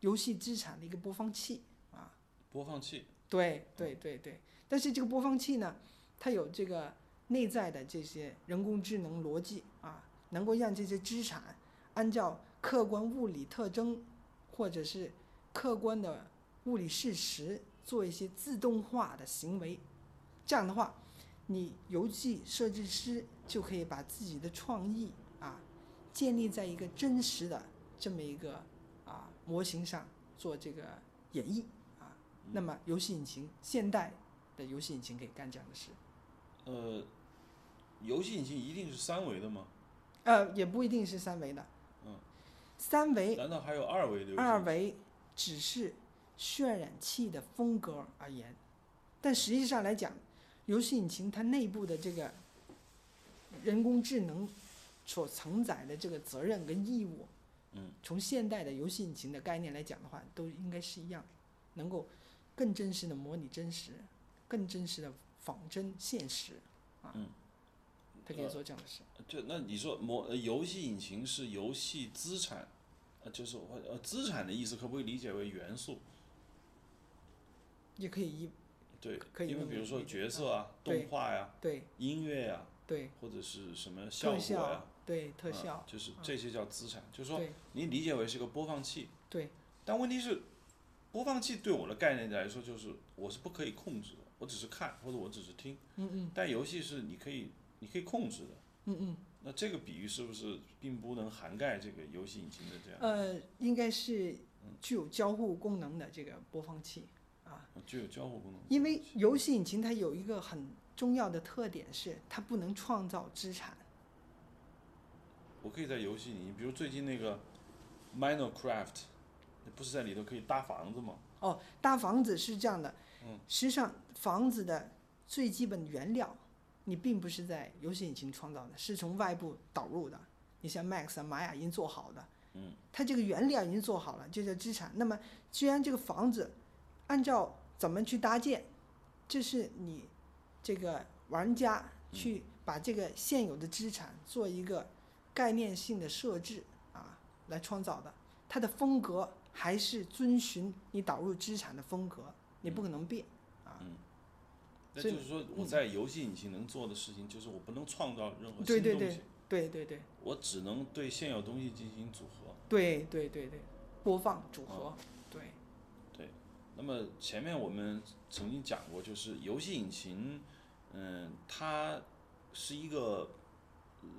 Speaker 2: 游戏资产的一个播放器啊，
Speaker 1: 播放器，
Speaker 2: 对对对对，但是这个播放器呢，它有这个内在的这些人工智能逻辑啊，能够让这些资产按照客观物理特征或者是客观的物理事实做一些自动化的行为。这样的话，你游戏设计师就可以把自己的创意啊，建立在一个真实的这么一个啊模型上做这个演绎啊。那么游戏引擎，现代的游戏引擎可以干这样的事，
Speaker 1: 呃，游戏引擎一定是三维的吗？
Speaker 2: 呃，也不一定是三维的。
Speaker 1: 嗯，
Speaker 2: 三维
Speaker 1: 难道还有二维流行？
Speaker 2: 二维只是渲染器的风格而言，但实际上来讲，游戏引擎它内部的这个人工智能所承载的这个责任跟义务，
Speaker 1: 嗯，
Speaker 2: 从现代的游戏引擎的概念来讲的话，都应该是一样，能够更真实的模拟真实，更真实的仿真现实啊。
Speaker 1: 嗯呃
Speaker 2: 他可以做这样的事，
Speaker 1: 就那你说模呃游戏引擎是游戏资产，呃，就是我呃资产的意思，可不可以理解为元素？
Speaker 2: 也可以一
Speaker 1: 对，
Speaker 2: 可以
Speaker 1: 因为
Speaker 2: 那么
Speaker 1: 比如说
Speaker 2: 理解嗯
Speaker 1: 角色啊、
Speaker 2: 对
Speaker 1: 动画呀、
Speaker 2: 对
Speaker 1: 音乐呀、
Speaker 2: 对
Speaker 1: 或者是什么效
Speaker 2: 特
Speaker 1: 果呀、
Speaker 2: 效对特
Speaker 1: 嗯
Speaker 2: 效
Speaker 1: 就是
Speaker 2: 啊
Speaker 1: 这些叫资产，就是说
Speaker 2: 对
Speaker 1: 你理解为是个播放器，
Speaker 2: 对
Speaker 1: 但问题是，播放器对我的概念来说，就是我是不可以控制的，我只是看或者我只是听。
Speaker 2: 嗯嗯
Speaker 1: 但游戏是你可以你可以控制的。
Speaker 2: 嗯嗯。
Speaker 1: 那这个比喻是不是并不能涵盖这个游戏引擎的这样
Speaker 2: 呃，应该是具有交互功能的这个播放器啊，
Speaker 1: 具有交互功能？
Speaker 2: 因为游戏引擎它有一个很重要的特点是它不能创造资产。
Speaker 1: 我可以在游戏里，比如最近那个 Minecraft，不是在里头可以搭房子吗？
Speaker 2: 哦，搭房子是这样的
Speaker 1: 嗯，
Speaker 2: 实际上房子的最基本原料，你并不是在游戏引擎创造的，是从外部导入的。你像 Max 啊、玛雅已经做好的，
Speaker 1: 嗯，
Speaker 2: 它这个原料已经做好了，就叫资产。那么，既然这个房子按照怎么去搭建，这是你这个玩家
Speaker 1: 嗯
Speaker 2: 去把这个现有的资产做一个概念性的设置啊，来创造的。它的风格还是遵循你导入资产的风格，你不可能变啊。
Speaker 1: 那
Speaker 2: 所
Speaker 1: 就
Speaker 2: 以嗯
Speaker 1: 是说，我在游戏引擎能做的事情，就是我不能创造任何新东西，
Speaker 2: 对对对对对对
Speaker 1: 我只能对现有东西进行组合。
Speaker 2: 对对对对，播放组合，对，
Speaker 1: 那么前面我们曾经讲过，就是游戏引擎，嗯，它是一个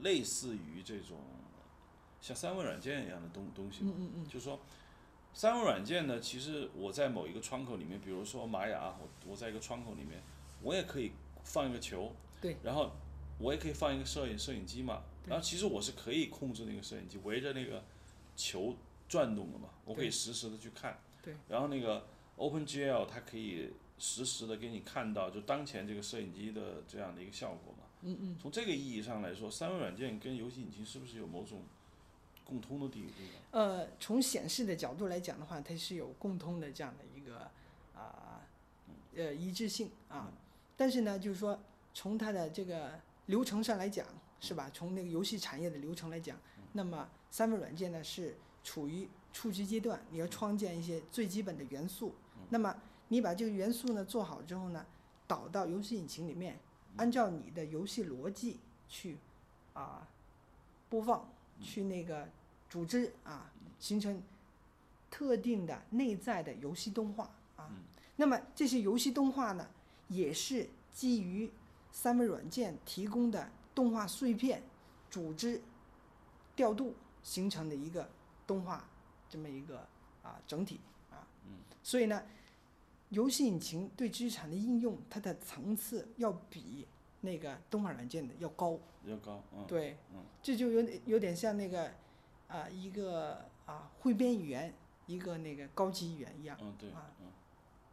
Speaker 1: 类似于这种像三维软件一样的东东西嘛，
Speaker 2: 嗯嗯嗯，
Speaker 1: 就是说，三维软件呢，其实我在某一个窗口里面，比如说玛雅啊，我我在一个窗口里面，我也可以放一个球，
Speaker 2: 对，
Speaker 1: 然后我也可以放一个摄影摄影机嘛，
Speaker 2: 对
Speaker 1: 然后其实我是可以控制那个摄影机围着那个球转动的嘛，我可以
Speaker 2: 对
Speaker 1: 实时的去看，
Speaker 2: 对，
Speaker 1: 然后那个 OpenGL 它可以实时的给你看到就当前这个摄影机的这样的一个效果嘛，
Speaker 2: 嗯嗯。
Speaker 1: 从这个意义上来说，三维软件跟游戏引擎是不是有某种共通的地地方？
Speaker 2: 呃，从显示的角度来讲的话，它是有共通的这样的一个啊呃一致性啊。但是呢，就是说从它的这个流程上来讲，是吧？从那个游戏产业的流程来讲，那么三维软件呢是处于初级阶段，你要创建一些最基本的元素。那么你把这个元素呢做好之后呢，导到游戏引擎里面，按照你的游戏逻辑去啊播放，去那个组织啊，形成特定的内在的游戏动画啊。那么这些游戏动画呢，也是基于三维软件提供的动画碎片组织调度形成的一个动画这么一个啊整体啊。所以呢，游戏引擎对资产的应用，它的层次要比那个动画软件的要高。
Speaker 1: 比较高，嗯，
Speaker 2: 对，
Speaker 1: 嗯
Speaker 2: 这就有点有点像那个啊、一个啊汇编语言，一个那个高级语言一样。
Speaker 1: 嗯，对，
Speaker 2: 啊
Speaker 1: 嗯。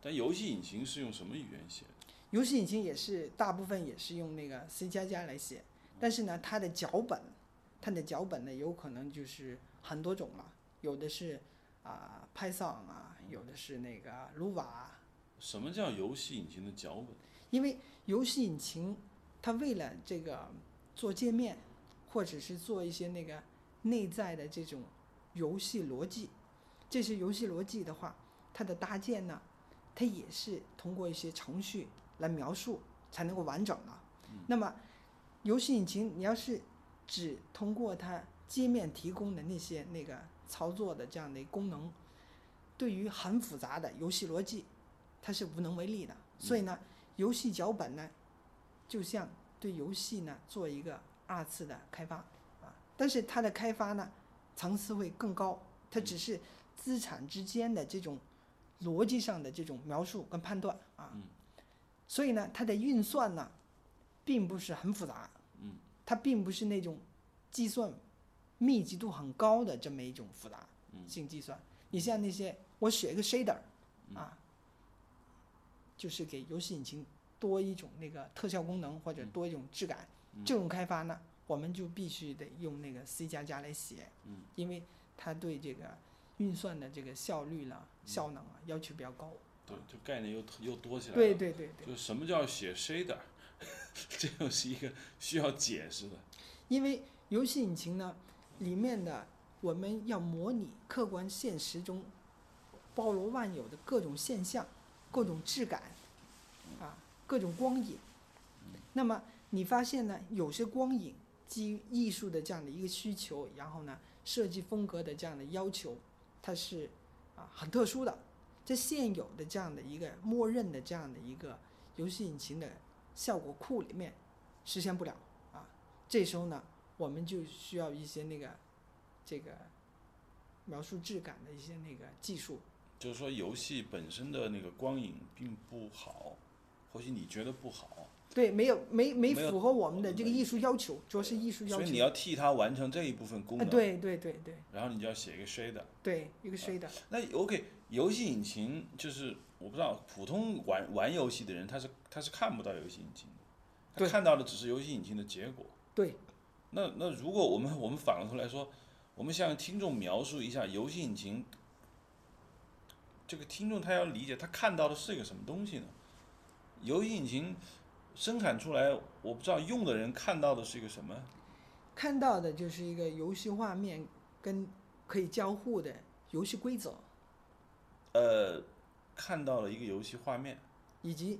Speaker 1: 但游戏引擎是用什么语言写的？
Speaker 2: 游戏引擎也是大部分也是用那个 C 加加来写，
Speaker 1: 嗯
Speaker 2: 但是呢，它的脚本，它的脚本呢有可能就是很多种了，有的是啊、Python 啊，有的是那个 Lua 啊，
Speaker 1: 什么叫游戏引擎的脚本？
Speaker 2: 因为游戏引擎它为了这个做界面，或者是做一些那个内在的这种游戏逻辑，这些游戏逻辑的话，它的搭建呢，它也是通过一些程序来描述才能够完整的。那么，游戏引擎你要是只通过它界面提供的那些那个操作的这样的功能，对于很复杂的游戏逻辑，它是无能为力的。所以呢，游戏脚本呢，就像对游戏呢做一个二次的开发啊，但是它的开发呢层次会更高，它只是资产之间的这种逻辑上的这种描述跟判断啊，
Speaker 1: 嗯
Speaker 2: 所以呢，它的运算呢并不是很复杂，
Speaker 1: 嗯，
Speaker 2: 它并不是那种计算密集度很高的这么一种复杂
Speaker 1: 嗯
Speaker 2: 性计算。你像那些我写一个 shader
Speaker 1: 嗯
Speaker 2: 啊，就是给游戏引擎多一种那个特效功能或者
Speaker 1: 嗯
Speaker 2: 多一种质感，这种开发呢，我们就必须得用那个 C 加加来写，
Speaker 1: 嗯
Speaker 2: 因为它对这个运算的这个效率啦、效能啊要求比较高。
Speaker 1: 对，就概念又特又嗯多起来了。
Speaker 2: 对对对对，
Speaker 1: 就是什么叫写 shader，这又是一个需要解释的。
Speaker 2: 因为游戏引擎呢里面的我们要模拟客观现实中包罗万有的各种现象、各种质感啊、各种光影。那么你发现呢，有些光影基于艺术的这样的一个需求，然后呢设计风格的这样的要求，它是啊很特殊的。在现有的这样的一个默认的这样的一个游戏引擎的效果库里面实现不了啊，这时候呢，我们就需要一些那个这个描述质感的一些那个技术。
Speaker 1: 就是说，游戏本身的那个光影并不好，或许你觉得不好，
Speaker 2: 对，没有没没
Speaker 1: 没有
Speaker 2: 符合我们的这个艺术要求，主要是艺术要
Speaker 1: 所以你
Speaker 2: 求。
Speaker 1: 要替它完成这一部分功
Speaker 2: 啊，
Speaker 1: 能，啊
Speaker 2: 对对对对
Speaker 1: 然后你就要写一个 shader。
Speaker 2: 对，一个 shader，
Speaker 1: 那 OK，游戏引擎就是我不知道，普通玩玩游戏的人他是他是看不到游戏引擎的，他
Speaker 2: 对
Speaker 1: 看到的只是游戏引擎的结果。
Speaker 2: 对
Speaker 1: 那那如果我们我们反过头来说，我们向听众描述一下游戏引擎，这个听众他要理解他看到的是一个什么东西呢？游戏引擎生产出来，我不知道用的人看到的是一个什么？
Speaker 2: 看到的就是一个游戏画面跟可以交互的游戏规则，
Speaker 1: 呃，看到了一个游戏画面，
Speaker 2: 以及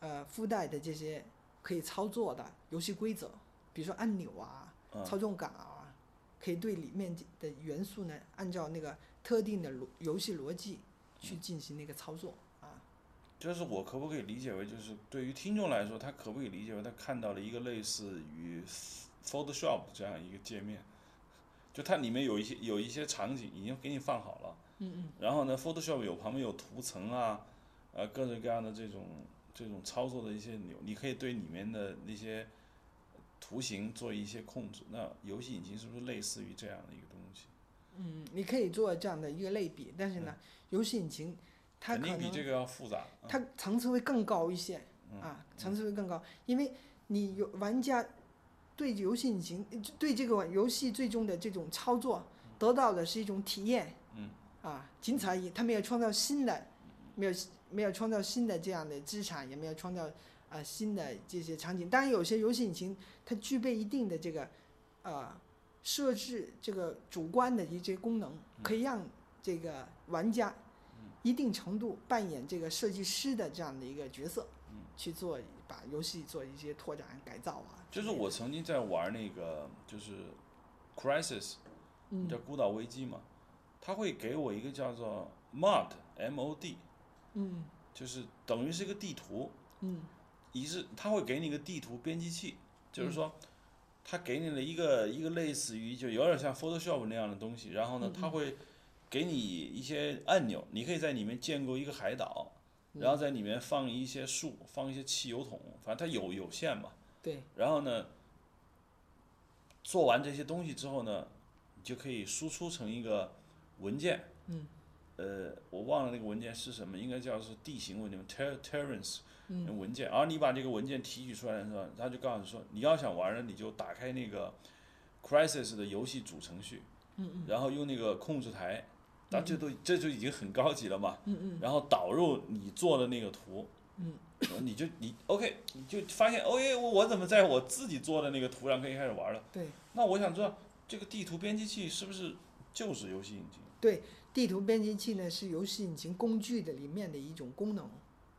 Speaker 2: 呃附带的这些可以操作的游戏规则，比如说按钮啊、
Speaker 1: 嗯
Speaker 2: 操纵杆啊，可以对里面的元素呢，按照那个特定的逻游戏逻辑
Speaker 1: 嗯
Speaker 2: 去进行那个操作啊。
Speaker 1: 就是我可不可以理解为，就是对于听众来说，他可不可以理解为他看到了一个类似于 Photoshop 这样一个界面？就它里面有一些有一些场景已经给你放好了，
Speaker 2: 嗯嗯，
Speaker 1: 然后呢，Photoshop 有旁边有图层啊，呃，各种各样的这种这种操作的一些钮，你可以对里面的那些图形做一些控制。那游戏引擎是不是类似于这样的一个东西？
Speaker 2: 嗯，你可以做这样的一个类比，但是呢，游戏引擎它
Speaker 1: 嗯肯
Speaker 2: 可
Speaker 1: 定比
Speaker 2: 能
Speaker 1: 这个要复杂。啊
Speaker 2: 它层次会更高一些啊，层次会更高，因为你有玩家对游戏引擎对这个游戏最终的这种操作得到的是一种体验，
Speaker 1: 嗯，
Speaker 2: 啊，仅此而已，它没有创造新的，没有没有创造新的这样的资产，也没有创造啊、呃新的这些场景。当然，有些游戏引擎它具备一定的这个呃设置这个主观的一些功能，
Speaker 1: 嗯
Speaker 2: 可以让这个玩家一定程度扮演这个设计师的这样的一个角色，
Speaker 1: 嗯
Speaker 2: 去做把游戏做一些拓展改造啊。
Speaker 1: 就是我曾经在玩那个就是 Crisis，
Speaker 2: 嗯
Speaker 1: 叫孤岛危机嘛，它会给我一个叫做 MOD M O D，
Speaker 2: 嗯
Speaker 1: 就是等于是一个地图，
Speaker 2: 嗯
Speaker 1: 一是它会给你一个地图编辑器，
Speaker 2: 嗯
Speaker 1: 就是说，它给你了一个一个类似于就有点像 Photoshop 那样的东西，然
Speaker 2: 嗯
Speaker 1: 后呢，它会给你一些按钮，你可以在里面建构一个海岛，
Speaker 2: 嗯
Speaker 1: 然后在里面放一些树，放一些汽油桶，反正它有有限嘛。
Speaker 2: 对
Speaker 1: 然后呢，做完这些东西之后呢，你就可以输出成一个文件。
Speaker 2: 嗯。
Speaker 1: 呃，我忘了那个文件是什么，应该叫是地形文件 （ter terrence）
Speaker 2: 嗯
Speaker 1: 文件。而你把这个文件提取出来的时候，他就告诉你说，你要想玩呢，你就打开那个 Crisis 的游戏主程序，嗯嗯，然后用那个控制台，那这都这就已经很高级了嘛。
Speaker 2: 嗯嗯
Speaker 1: 然后导入你做的那个图，
Speaker 2: 嗯
Speaker 1: 呃，你就你 OK，你就发现，OK，我我怎么在我自己做的那个图上可以开始玩了？
Speaker 2: 对。
Speaker 1: 那我想知道这个地图编辑器是不是就是游戏引擎？
Speaker 2: 地图编辑器呢是游戏引擎工具的里面的一种功能，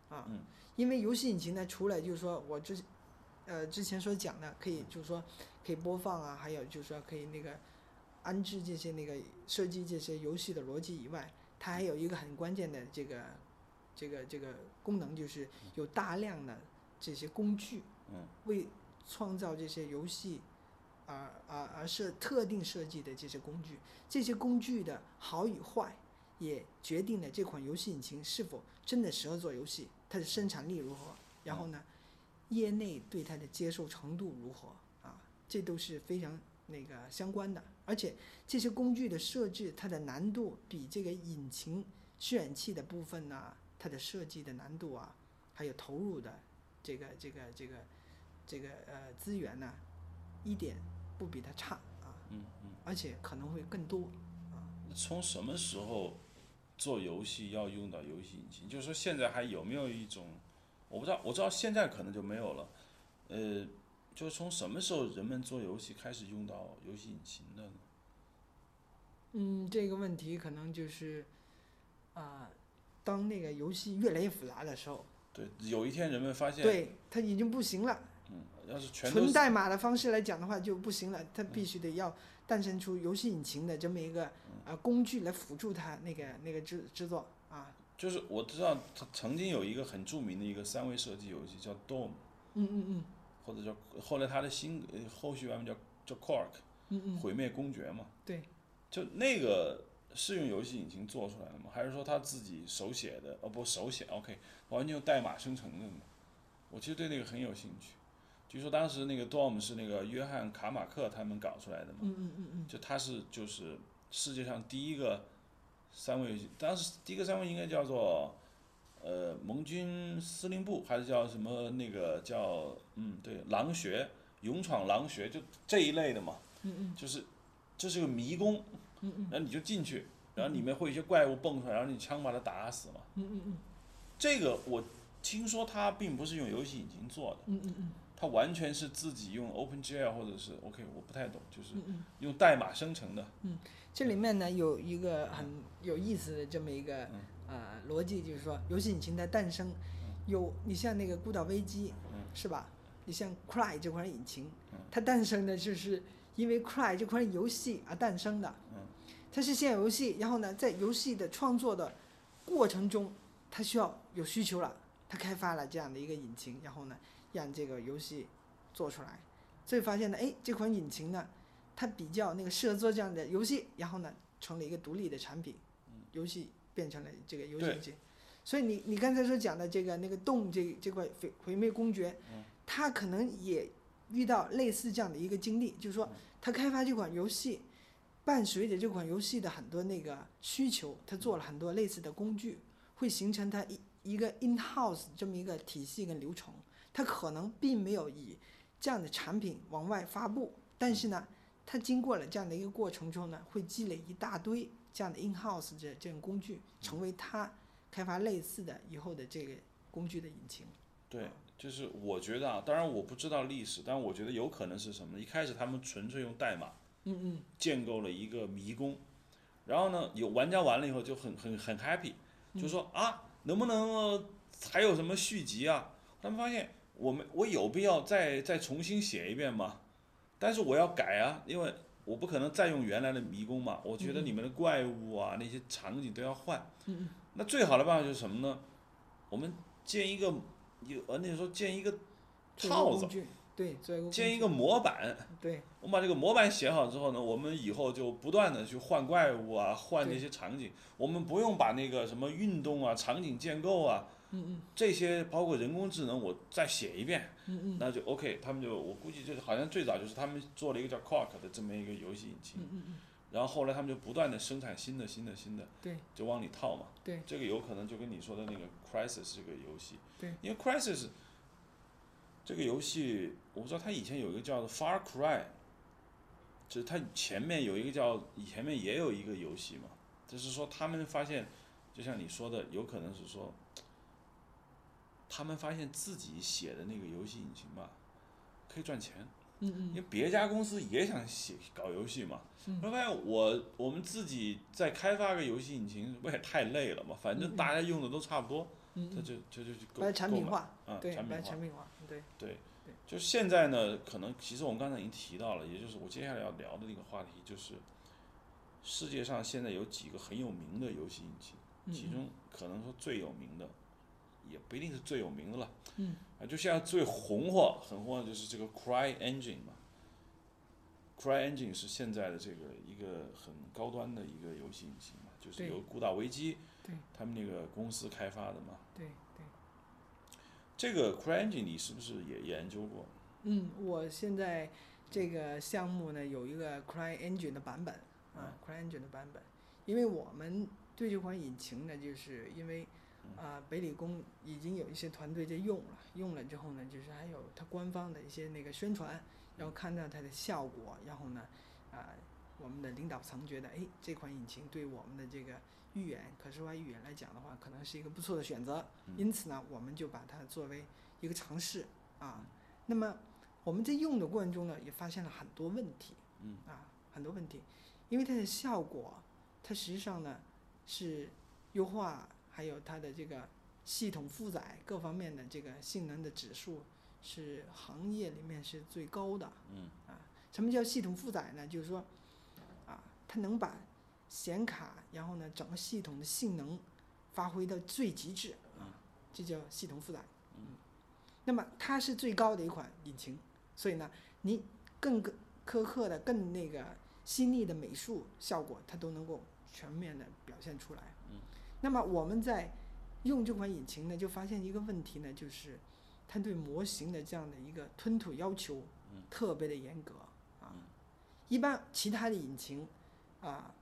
Speaker 2: 啊，
Speaker 1: 嗯
Speaker 2: 因为游戏引擎呢，除了就是说我之，呃之前所讲的，可以就是说可以播放啊，还有就是说可以那个安置这些那个设计这些游戏的逻辑以外，它还有一个很关键的这个这个这个功能，就是有大量的这些工具，
Speaker 1: 嗯，
Speaker 2: 为创造这些游戏而而而设特定设计的这些工具。这些工具的好与坏，也决定了这款游戏引擎是否真的适合做游戏，它的生产力如何，然后呢，业内对它的接受程度如何啊，这都是非常那个相关的，而且这些工具的设置，它的难度比这个引擎渲染器的部分呢、它的设计的难度啊，还有投入的这个这个这个这个呃资源呢、一点不比它差啊，
Speaker 1: 嗯
Speaker 2: 而且可能会更多啊。
Speaker 1: 那从什么时候做游戏要用到游戏引擎？就是说现在还有没有一种，我不知道，我知道现在可能就没有了。呃，就是从什么时候人们做游戏开始用到游戏引擎的呢？
Speaker 2: 嗯，这个问题可能就是啊、当那个游戏越来越复杂的时候，
Speaker 1: 对，有一天人们发现，
Speaker 2: 对它已经不行了。
Speaker 1: 嗯，要是全都
Speaker 2: 纯
Speaker 1: 是嗯
Speaker 2: 代码的方式来讲的话就不行了，它必须得要诞生出游戏引擎的这么一个啊、
Speaker 1: 嗯
Speaker 2: 工具来辅助它那个那个制制作啊，
Speaker 1: 就是我知道他曾经有一个很著名的一个三维射击游戏叫 Dome，
Speaker 2: 嗯嗯嗯
Speaker 1: 或者叫后来他的新呃后续版本叫叫 Quark，
Speaker 2: 嗯嗯，
Speaker 1: 毁灭公爵嘛。
Speaker 2: 对，
Speaker 1: 就那个是用游戏引擎做出来的吗？还是说他自己手写的？哦，不，手写 OK，完全用代码生成的呢？我其实对那个很有兴趣。据说当时那个 Dom 是那个约翰卡马克他们搞出来的嘛，
Speaker 2: 嗯嗯嗯嗯，
Speaker 1: 就他是就是世界上第一个三位，当时第一个三位应该叫做呃盟军司令部，还是叫什么那个叫嗯对狼穴勇闯狼穴，就这一类的嘛，嗯嗯，就是这是个迷宫，嗯嗯，然后你就进去，然后里面会有一些怪物蹦出来，然后你枪把它打死嘛，嗯嗯嗯，这个我听说他并不是用游戏引擎做的，嗯嗯嗯。他完全是自己用 OpenGL 或者是 OK，我不太懂，就是用代码生成的。
Speaker 2: 这里面呢有一个很有意思的这么一个啊、呃逻辑，就是说游戏引擎的诞生，有你像那个《孤岛危机》是吧？你像 Cry 这款引擎，它诞生的就是因为 Cry 这款游戏而诞生的。它是先有游戏，然后呢，在游戏的创作的过程中，它需要有需求了，它开发了这样的一个引擎，然后呢，让这个游戏做出来。所以发现呢，哎，这款引擎呢，它比较那个适合做这样的游戏，然后呢，成了一个独立的产品，游戏变成了这个游戏
Speaker 1: 对
Speaker 2: 引擎。所以你你刚才所讲的这个那个洞这这块毁毁灭公爵，他可能也遇到类似这样的一个经历，就是说他开发这款游戏，伴随着这款游戏的很多那个需求，他做了很多类似的工具，会形成他一一个 in house 这么一个体系跟流程。他可能并没有以这样的产品往外发布，但是呢，他经过了这样的一个过程中呢，会积累一大堆这样的 in house 这这种工具，成为他开发类似的以后的这个工具的引擎。
Speaker 1: 对，就是我觉得啊，当然我不知道历史，但我觉得有可能是什么呢？一开始他们纯粹用代码
Speaker 2: 嗯嗯
Speaker 1: 建构了一个迷宫，然后呢，有玩家玩了以后就很很很 happy，就说、
Speaker 2: 嗯
Speaker 1: 啊，能不能、呃还有什么续集啊？他们发现我们我有必要再再重新写一遍吗？但是我要改啊，因为我不可能再用原来的迷宫嘛。我觉得里面的怪物啊，那些场景都要换。
Speaker 2: 嗯
Speaker 1: 那最好的办法就是什么呢？我们建一个有呃那时候建一个
Speaker 2: 做一个
Speaker 1: 套
Speaker 2: 工
Speaker 1: 子，
Speaker 2: 具，对，做一个工
Speaker 1: 建一
Speaker 2: 具，
Speaker 1: 个模板。
Speaker 2: 对，
Speaker 1: 我们把这个模板写好之后呢，我们以后就不断的去换怪物啊，换那些场景。我们不用把那个什么运动啊、场景建构啊，
Speaker 2: 嗯嗯
Speaker 1: 这些包括人工智能，我再写一遍，
Speaker 2: 嗯嗯
Speaker 1: 那就 OK。他们就我估计就是好像最早就是他们做了一个叫 Quark 的这么一个游戏引擎，
Speaker 2: 嗯嗯嗯，
Speaker 1: 然后后来他们就不断的生产新的、新的、新的，
Speaker 2: 对，
Speaker 1: 就往里套嘛。
Speaker 2: 对，
Speaker 1: 这个有可能就跟你说的那个 Crisis 这个游戏，
Speaker 2: 对，
Speaker 1: 因为 Crisis 这个游戏，我不知道它以前有一个叫做 Far Cry，就是它前面有一个叫以前面也有一个游戏嘛，就是说他们发现，就像你说的，有可能是说，他们发现自己写的那个游戏引擎吧，可以赚钱。
Speaker 2: 嗯嗯
Speaker 1: 因为别家公司也想写搞游戏嘛，后来我我们自己再开发个游戏引擎，不也太累了嘛？反正大家用的都差不多，
Speaker 2: 嗯
Speaker 1: 他
Speaker 2: 嗯，
Speaker 1: 就就就就
Speaker 2: 把它产品化，
Speaker 1: 啊，
Speaker 2: 对，
Speaker 1: 产
Speaker 2: 把
Speaker 1: 品
Speaker 2: 它
Speaker 1: 化
Speaker 2: 产。品化，对，
Speaker 1: 就现在呢，可能其实我们刚才已经提到了，也就是我接下来要聊的那个话题，就是世界上现在有几个很有名的游戏引擎，
Speaker 2: 嗯
Speaker 1: 其中可能说最有名的，也不一定是最有名的了，
Speaker 2: 嗯，
Speaker 1: 啊，就现在最红火、很红的就是这个 Cry Engine 嘛，Cry Engine 是现在的这个一个很高端的一个游戏引擎嘛，就是
Speaker 2: 对
Speaker 1: 由《孤岛危机》
Speaker 2: 嗯对
Speaker 1: 他们那个公司开发的嘛。
Speaker 2: 对对。
Speaker 1: 这个 Cry Engine 你是不是也研究过？
Speaker 2: 嗯，我现在这个项目呢有一个 CryEngine 的版本啊、c r y e n g i n e 的版本，因为我们对这款引擎呢，就是因为啊、北理工已经有一些团队在用了，用了之后呢，就是还有它官方的一些那个宣传，然后看到它的效果，然后呢，啊、我们的领导层觉得，哎，这款引擎对我们的这个预演可视化预演来讲的话，可能是一个不错的选择。因此呢，我们就把它作为一个尝试啊。那么我们在用的过程中呢，也发现了很多问题，
Speaker 1: 嗯
Speaker 2: 啊，很多问题，因为它的效果，它实际上呢是优化，还有它的这个系统负载各方面的这个性能的指数是行业里面是最高的。
Speaker 1: 嗯
Speaker 2: 啊，什么叫系统负载呢？就是说，啊，它能把显卡，然后呢，整个系统的性能发挥到最极致
Speaker 1: 嗯
Speaker 2: 啊，这叫系统负载。
Speaker 1: 嗯，
Speaker 2: 那么它是最高的一款引擎，所以呢，你更个苛刻的、更那个细腻的美术效果，它都能够全面的表现出来。
Speaker 1: 嗯，
Speaker 2: 那么我们在用这款引擎呢，就发现一个问题呢，就是它对模型的这样的一个吞吐要求
Speaker 1: 嗯
Speaker 2: 特别的严格啊
Speaker 1: 嗯。
Speaker 2: 一般其他的引擎啊，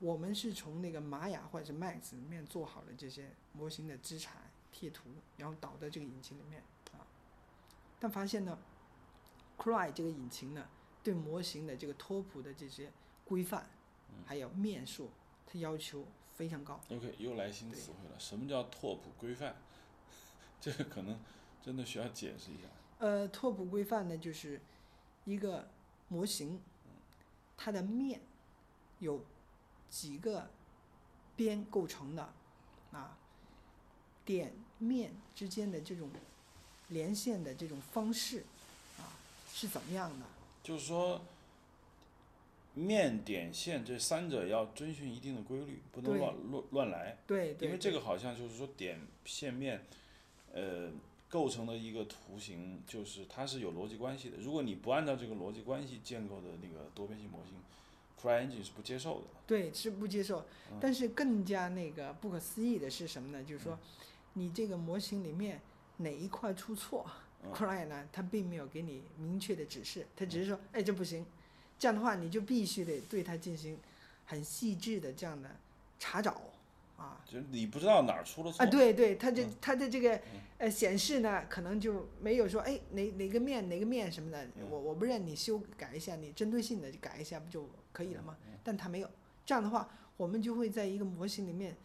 Speaker 2: 我们是从那个玛雅或者是 Max 里面做好了这些模型的资产贴图，然后导到这个引擎里面啊。但发现呢，Cry 这个引擎呢，对模型的这个拓扑的这些规范，
Speaker 1: 嗯
Speaker 2: 还有面数，它要求非常高。
Speaker 1: OK，又来新
Speaker 2: 哦对
Speaker 1: 词汇了。什么叫拓扑规范？ 这个可能真的需要解释一下。
Speaker 2: 呃，拓扑规范呢，就是一个模型，它的面有几个边构成的啊，点面之间的这种连线的这种方式啊是怎么样的？
Speaker 1: 就是说，面、点、线这三者要遵循一定的规律，不能
Speaker 2: 对
Speaker 1: 乱乱乱来。
Speaker 2: 对对，
Speaker 1: 因为这
Speaker 2: 对
Speaker 1: 个好像就是说点、线、面，呃，构成的一个图形，就是它是有逻辑关系的。如果你不按照这个逻辑关系建构的那个多边形模型，CryEngine 是不接受的。
Speaker 2: 对是不接受
Speaker 1: 嗯，
Speaker 2: 但是更加那个不可思议的是什么呢？就是说，你这个模型里面哪一块出错
Speaker 1: 嗯
Speaker 2: ，Cry 呢，它并没有给你明确的指示，它只是说，哎，这不行，这样的话你就必须得对它进行很细致的这样的查找啊。
Speaker 1: 就是你不知道哪儿出了错。
Speaker 2: 啊，对对，它这
Speaker 1: 嗯
Speaker 2: 它的这个呃显示呢，可能就没有说哎哪哪个面哪个面什么的，
Speaker 1: 嗯
Speaker 2: 我我不认你修改一下，你针对性的改一下不就可以了吗？
Speaker 1: 嗯
Speaker 2: 但它没有，这样的话，我们就会在一个模型里面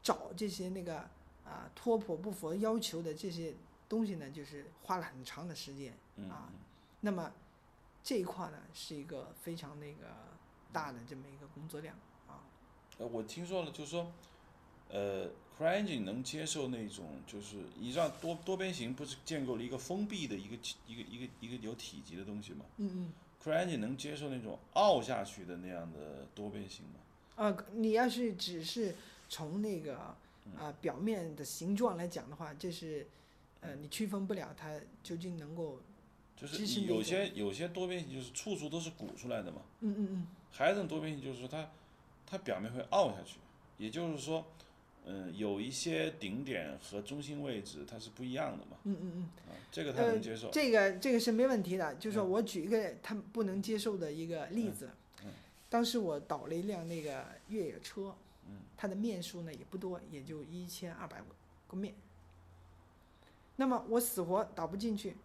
Speaker 2: 找这些那个啊脱谱不符合要求的这些东西呢，就是花了很长的时间。
Speaker 1: 嗯，
Speaker 2: 啊
Speaker 1: 嗯
Speaker 2: 那么这一块呢，是一个非常那个大的这么一个工作量啊。
Speaker 1: 呃，我听说了，就是说，呃，CryEngine 能接受那种，就是你让多多边形不是建构了一个封闭的一个一个一个一个有体积的东西吗
Speaker 2: 嗯嗯。
Speaker 1: ？CryEngine 能接受那种凹下去的那样的多边形吗？
Speaker 2: 啊，你要是只是从那个啊、表面的形状来讲的话，这是呃你区分不了它究竟能够
Speaker 1: 就
Speaker 2: 支持
Speaker 1: 是
Speaker 2: 那
Speaker 1: 有些有些多边形就是处处都是鼓出来的嘛，
Speaker 2: 嗯嗯嗯
Speaker 1: 还有一种多边形就是说它它表面会凹下去，也就是说，嗯，有一些顶点和中心位置它是不一样的嘛，
Speaker 2: 嗯嗯嗯，
Speaker 1: 啊，这个它能接受，嗯
Speaker 2: 这个这个是没问题的。就是说我举一个他们不能接受的一个例子，当时我倒了一辆那个越野车，
Speaker 1: 嗯
Speaker 2: 它的面数呢也不多，也就一千二百个面。那么我死活倒不进去，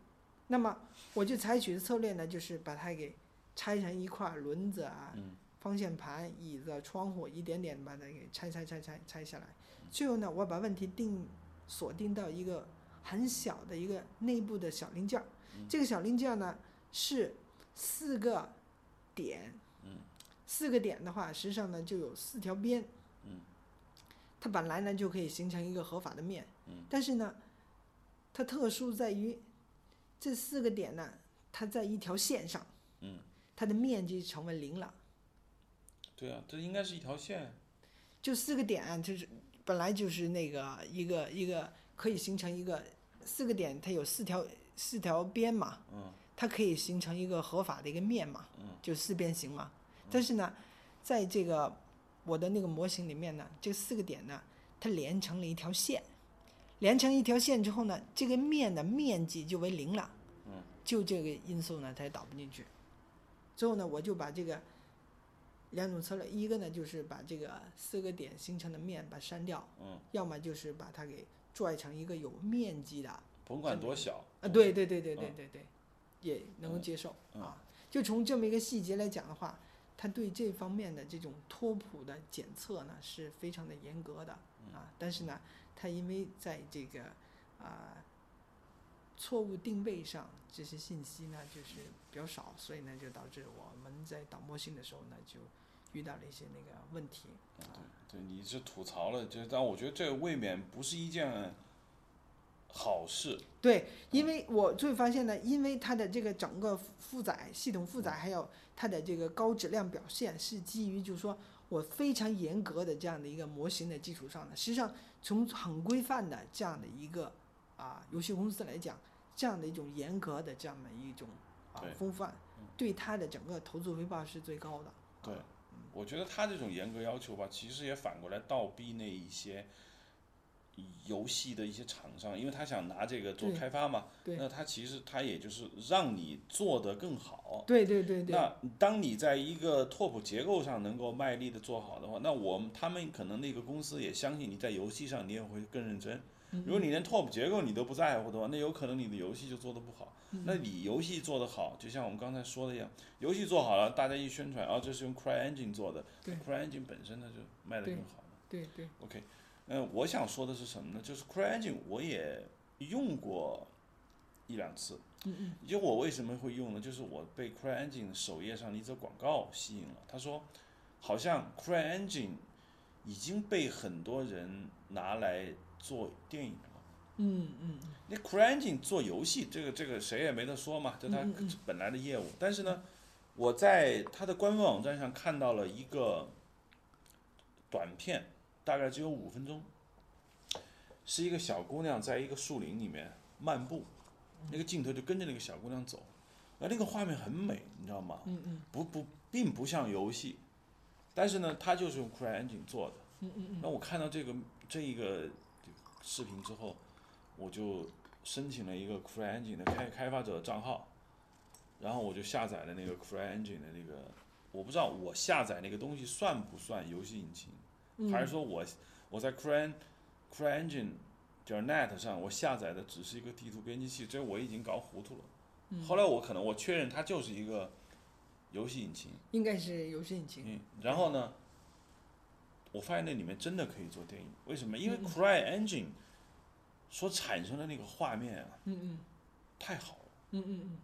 Speaker 2: 那么我就采取的策略呢，就是把它给拆成一块儿轮子啊、
Speaker 1: 嗯
Speaker 2: 方向盘、椅子、窗户，一点点把它给拆拆拆拆拆下来。
Speaker 1: 嗯
Speaker 2: 最后呢，我把问题定锁定到一个很小的一个内部的小零件儿。
Speaker 1: 嗯
Speaker 2: 这个小零件儿呢是四个点，
Speaker 1: 嗯
Speaker 2: 四个点的话，实际上呢就有四条边。
Speaker 1: 嗯
Speaker 2: 它本来呢就可以形成一个合法的面，
Speaker 1: 嗯
Speaker 2: 但是呢，它特殊在于这四个点呢，它在一条线上，
Speaker 1: 嗯，
Speaker 2: 它的面积成为零了。
Speaker 1: 对啊，这应该是一条线，
Speaker 2: 就四个点，就是本来就是那个一个一个可以形成一个四个点，它有四条四条边嘛，
Speaker 1: 嗯。
Speaker 2: 它可以形成一个合法的一个面嘛，
Speaker 1: 嗯
Speaker 2: 就四边形嘛。但是呢，在这个我的那个模型里面呢，这四个点呢，它连成了一条线，连成一条线之后呢，这个面的面积就为零了，
Speaker 1: 嗯
Speaker 2: 就这个因素呢，它也导不进去。最后呢，我就把这个两种策略，一个呢就是把这个四个点形成的面把它删掉，
Speaker 1: 嗯，
Speaker 2: 要么就是把它给拽成一个有面积的，
Speaker 1: 甭管多小
Speaker 2: 啊，对，对对对对对对，也能够接受、
Speaker 1: 嗯
Speaker 2: 啊。就从这么一个细节来讲的话，他对这方面的这种拓扑的检测呢是非常的严格的
Speaker 1: 嗯
Speaker 2: 啊。但是呢，他因为在这个啊、错误定位上这些信息呢就是比较少，所以呢就导致我们在导模型的时候呢就遇到了一些那个问题
Speaker 1: 嗯
Speaker 2: 啊。
Speaker 1: 对，对，你是吐槽了，就是，但我觉得这未免不是一件好事，
Speaker 2: 对，因为我就会发现呢，因为它的这个整个负负载系统负载，还有它的这个高质量表现，是基于就是说我非常严格的这样的一个模型的基础上的。实际上，从很规范的这样的一个啊游戏公司来讲，这样的一种严格的这样的一种啊
Speaker 1: 对嗯
Speaker 2: 风范，对它的整个投资回报是最高的。
Speaker 1: 对，嗯我觉得他这种严格要求吧，其实也反过来倒逼那一些游戏的一些厂商，因为他想拿这个做
Speaker 2: 对
Speaker 1: 开发嘛，
Speaker 2: 对
Speaker 1: 那他其实他也就是让你做得更好。
Speaker 2: 对对对对，
Speaker 1: 哦那当你在一个拓扑结构上能够卖力的做好的话，那我们他们可能那个公司也相信你在游戏上你也会更认真。
Speaker 2: 嗯
Speaker 1: 如果你连拓扑结构你都不在乎的话，那有可能你的游戏就做得不好。
Speaker 2: 嗯
Speaker 1: 那你游戏做得好，就像我们刚才说的一样，游戏做好了，大家一宣传，啊，这是用 CryEngine 做的
Speaker 2: 对
Speaker 1: ，CryEngine 本身它就卖得更好了。
Speaker 2: 对对
Speaker 1: OK，嗯、我想说的是什么呢？就是 CryEngine 我也用过一两次。
Speaker 2: 嗯嗯
Speaker 1: 就我为什么会用呢？就是我被 CryEngine 首页上的一则广告吸引了。他说，好像 CryEngine 已经被很多人拿来做电影了。
Speaker 2: 嗯嗯嗯，
Speaker 1: 那 CryEngine 做游戏，这个这个谁也没得说嘛，这它
Speaker 2: 嗯嗯嗯
Speaker 1: 本来的业务。但是呢，我在它的官方网站上看到了一个短片，大概只有五分钟，是一个小姑娘在一个树林里面漫步，
Speaker 2: 嗯
Speaker 1: 那个镜头就跟着那个小姑娘走，而那个画面很美，你知道吗？
Speaker 2: 嗯嗯
Speaker 1: 不不，并不像游戏，但是呢，它就是用 CryEngine 做的。
Speaker 2: 嗯嗯嗯，
Speaker 1: 那我看到这个这一个视频之后，我就申请了一个 CryEngine 的开开发者账号，然后我就下载了那个 CryEngine 的那个，我不知道我下载那个东西算不算游戏引擎，
Speaker 2: 嗯
Speaker 1: 还是说我我在 Cry CryEngine 点 net 上我下载的只是一个地图编辑器，这我已经搞糊涂了。后来我可能我确认它就是一个游戏引擎，
Speaker 2: 应该是游戏引擎。
Speaker 1: 嗯，然后呢，我发现那里面真的可以做电影，为什么？因为
Speaker 2: 嗯嗯
Speaker 1: CryEngine 所产生的那个画面啊，
Speaker 2: 嗯嗯
Speaker 1: 太好了，
Speaker 2: 嗯嗯嗯，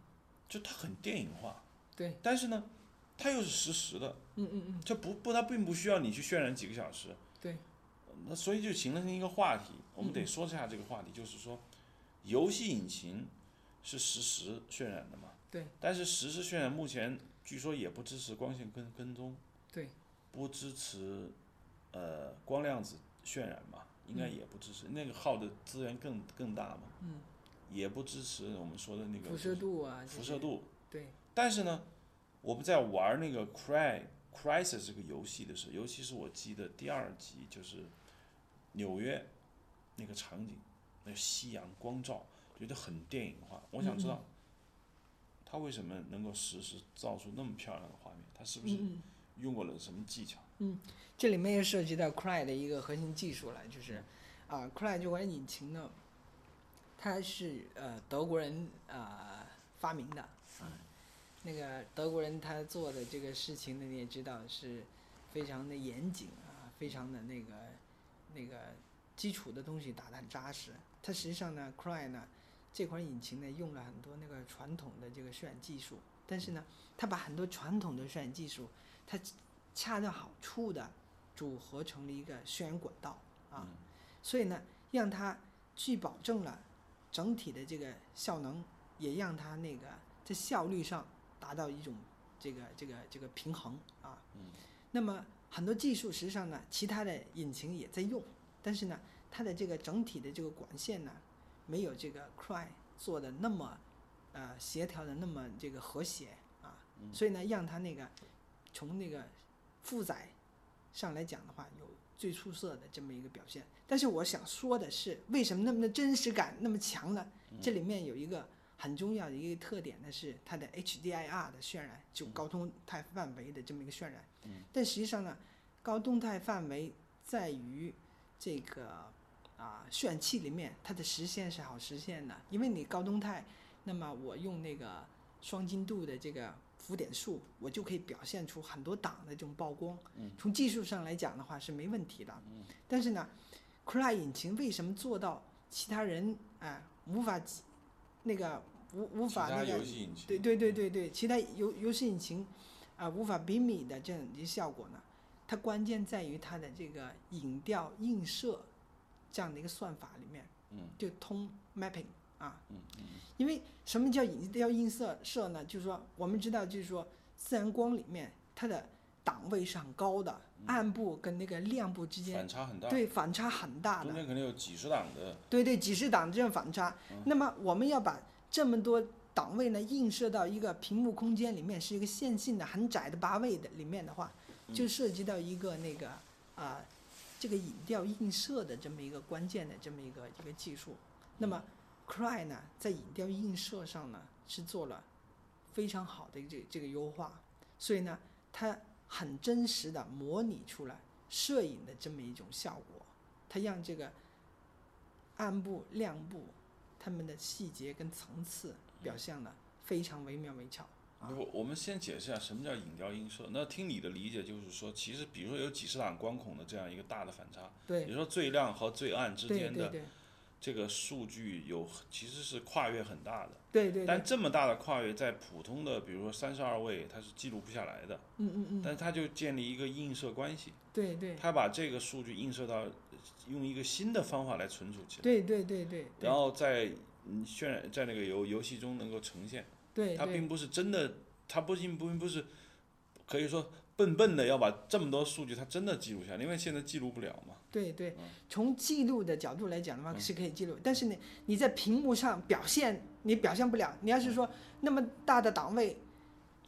Speaker 1: 就它很电影化，
Speaker 2: 对，
Speaker 1: 但是呢，它又是实时的，
Speaker 2: 嗯嗯嗯。
Speaker 1: 这不不，它并不需要你去渲染几个小时，
Speaker 2: 对，
Speaker 1: 那所以就形成一个话题，我们
Speaker 2: 嗯
Speaker 1: 得
Speaker 2: 嗯
Speaker 1: 说一下这个话题，就是说，游戏引擎是实时渲染的嘛？
Speaker 2: 对。
Speaker 1: 但是实时渲染目前据说也不支持光线跟跟踪。
Speaker 2: 对。
Speaker 1: 不支持呃光量子渲染嘛？应该
Speaker 2: 嗯
Speaker 1: 也不支持，那个耗的资源更更大嘛？
Speaker 2: 嗯。
Speaker 1: 也不支持我们说的那个
Speaker 2: 辐射度啊，
Speaker 1: 嗯辐射，度。
Speaker 2: 对，
Speaker 1: 但是呢，我们在玩那个 Cry Crisis 这个游戏的时候，尤其是我记得第二集就是纽约那个场景，那夕阳光照，觉得很电影化。我想知道，
Speaker 2: 嗯
Speaker 1: 他为什么能够实时造出那么漂亮的画面？他是不是
Speaker 2: 嗯嗯，
Speaker 1: 用过了什么技巧？
Speaker 2: 这里面也涉及到 Cry 的一个核心技术了，就是啊，Cry 这款引擎呢，它是呃德国人啊、发明的啊，那个德国人他做的这个事情呢，你也知道是非常的严谨啊，非常的那个那个基础的东西打得很扎实。它实际上呢，Cry 呢这款引擎呢用了很多那个传统的这个渲染技术，但是呢，它把很多传统的渲染技术，它恰到好处的组合成了一个渲染管道啊，所以呢，让它既保证了整体的这个效能，也让它那个在效率上达到一种这个这个这个平衡啊。
Speaker 1: 嗯
Speaker 2: 那么很多技术实际上呢，其他的引擎也在用，但是呢，它的这个整体的这个管线呢，没有这个 Cry 做的那么呃协调的那么这个和谐啊，所以呢，让它那个从那个负载上来讲的话，有最出色的这么一个表现。但是我想说的是，为什么那么的真实感那么强呢？这里面有一个很重要的一个特点呢是它的 HDIR 的渲染，就高动态范围的这么一个渲染。
Speaker 1: 嗯。
Speaker 2: 但实际上呢，高动态范围在于这个啊渲染器里面它的实现是好实现的，因为你高动态，那么我用那个双精度的这个浮点数，我就可以表现出很多档的这种曝光。
Speaker 1: 嗯。
Speaker 2: 从技术上来讲的话是没问题的。
Speaker 1: 嗯。
Speaker 2: 但是呢 c r y 引擎为什么做到其他人哎、无法那个无无法
Speaker 1: 其他
Speaker 2: 那个
Speaker 1: 游戏引擎，
Speaker 2: 对对对对对，其他游游戏引擎啊、无法比拟的这样一效果呢，它关键在于它的这个影调映射这样的一个算法里面，
Speaker 1: 嗯，
Speaker 2: 就通 mapping 啊，
Speaker 1: 嗯嗯
Speaker 2: 因为什么叫影调映射射呢？就是说我们知道，就是说自然光里面它的档位是很高的，暗部跟那个亮部之
Speaker 1: 嗯，
Speaker 2: 间
Speaker 1: 反差很大，
Speaker 2: 对反差很大的
Speaker 1: 中，间可能有几十档的，
Speaker 2: 对对，几十档这样反差。那么我们要把这么多档位呢映射到一个屏幕空间里面，是一个线性的很窄的八位的里面的话，就涉及到一个那个啊、这个影调映射的这么一个关键的这么一个一个技术。那么 Cry 呢，在影调映射上呢是做了非常好的这这个优化，所以呢，它很真实的模拟出来摄影的这么一种效果，它让这个暗部、亮部，它们的细节跟层次表现的非常惟妙惟肖。啊
Speaker 1: 我我们先解释一下什么叫影调映射。那听你的理解就是说，其实比如说有几十档光孔的这样一个大的反差，
Speaker 2: 对
Speaker 1: 你说最亮和最暗之
Speaker 2: 对
Speaker 1: 间
Speaker 2: 对
Speaker 1: 的
Speaker 2: 对
Speaker 1: 这个数据有其实是跨越很大的，
Speaker 2: 对对，
Speaker 1: 但这么大的跨越在普通的比如说三十二位它是记录不下来的，
Speaker 2: 嗯嗯嗯，
Speaker 1: 但它就建立一个映射关系，
Speaker 2: 对对
Speaker 1: 它把这个数据映射到用一个新的方法来存储起来，
Speaker 2: 对对对对，
Speaker 1: 然后在嗯渲染在那个游游戏中能够呈现。
Speaker 2: 对
Speaker 1: 它
Speaker 2: 对
Speaker 1: 并不是真的，它不仅不并不是可以说笨笨的要把这么多数据它真的记录下来，因为现在记录不了嘛。
Speaker 2: 对对
Speaker 1: 嗯，
Speaker 2: 从记录的角度来讲的话是可以记录，但是呢，你在屏幕上表现你表现不了。你要是
Speaker 1: 嗯
Speaker 2: 说那么大的档位，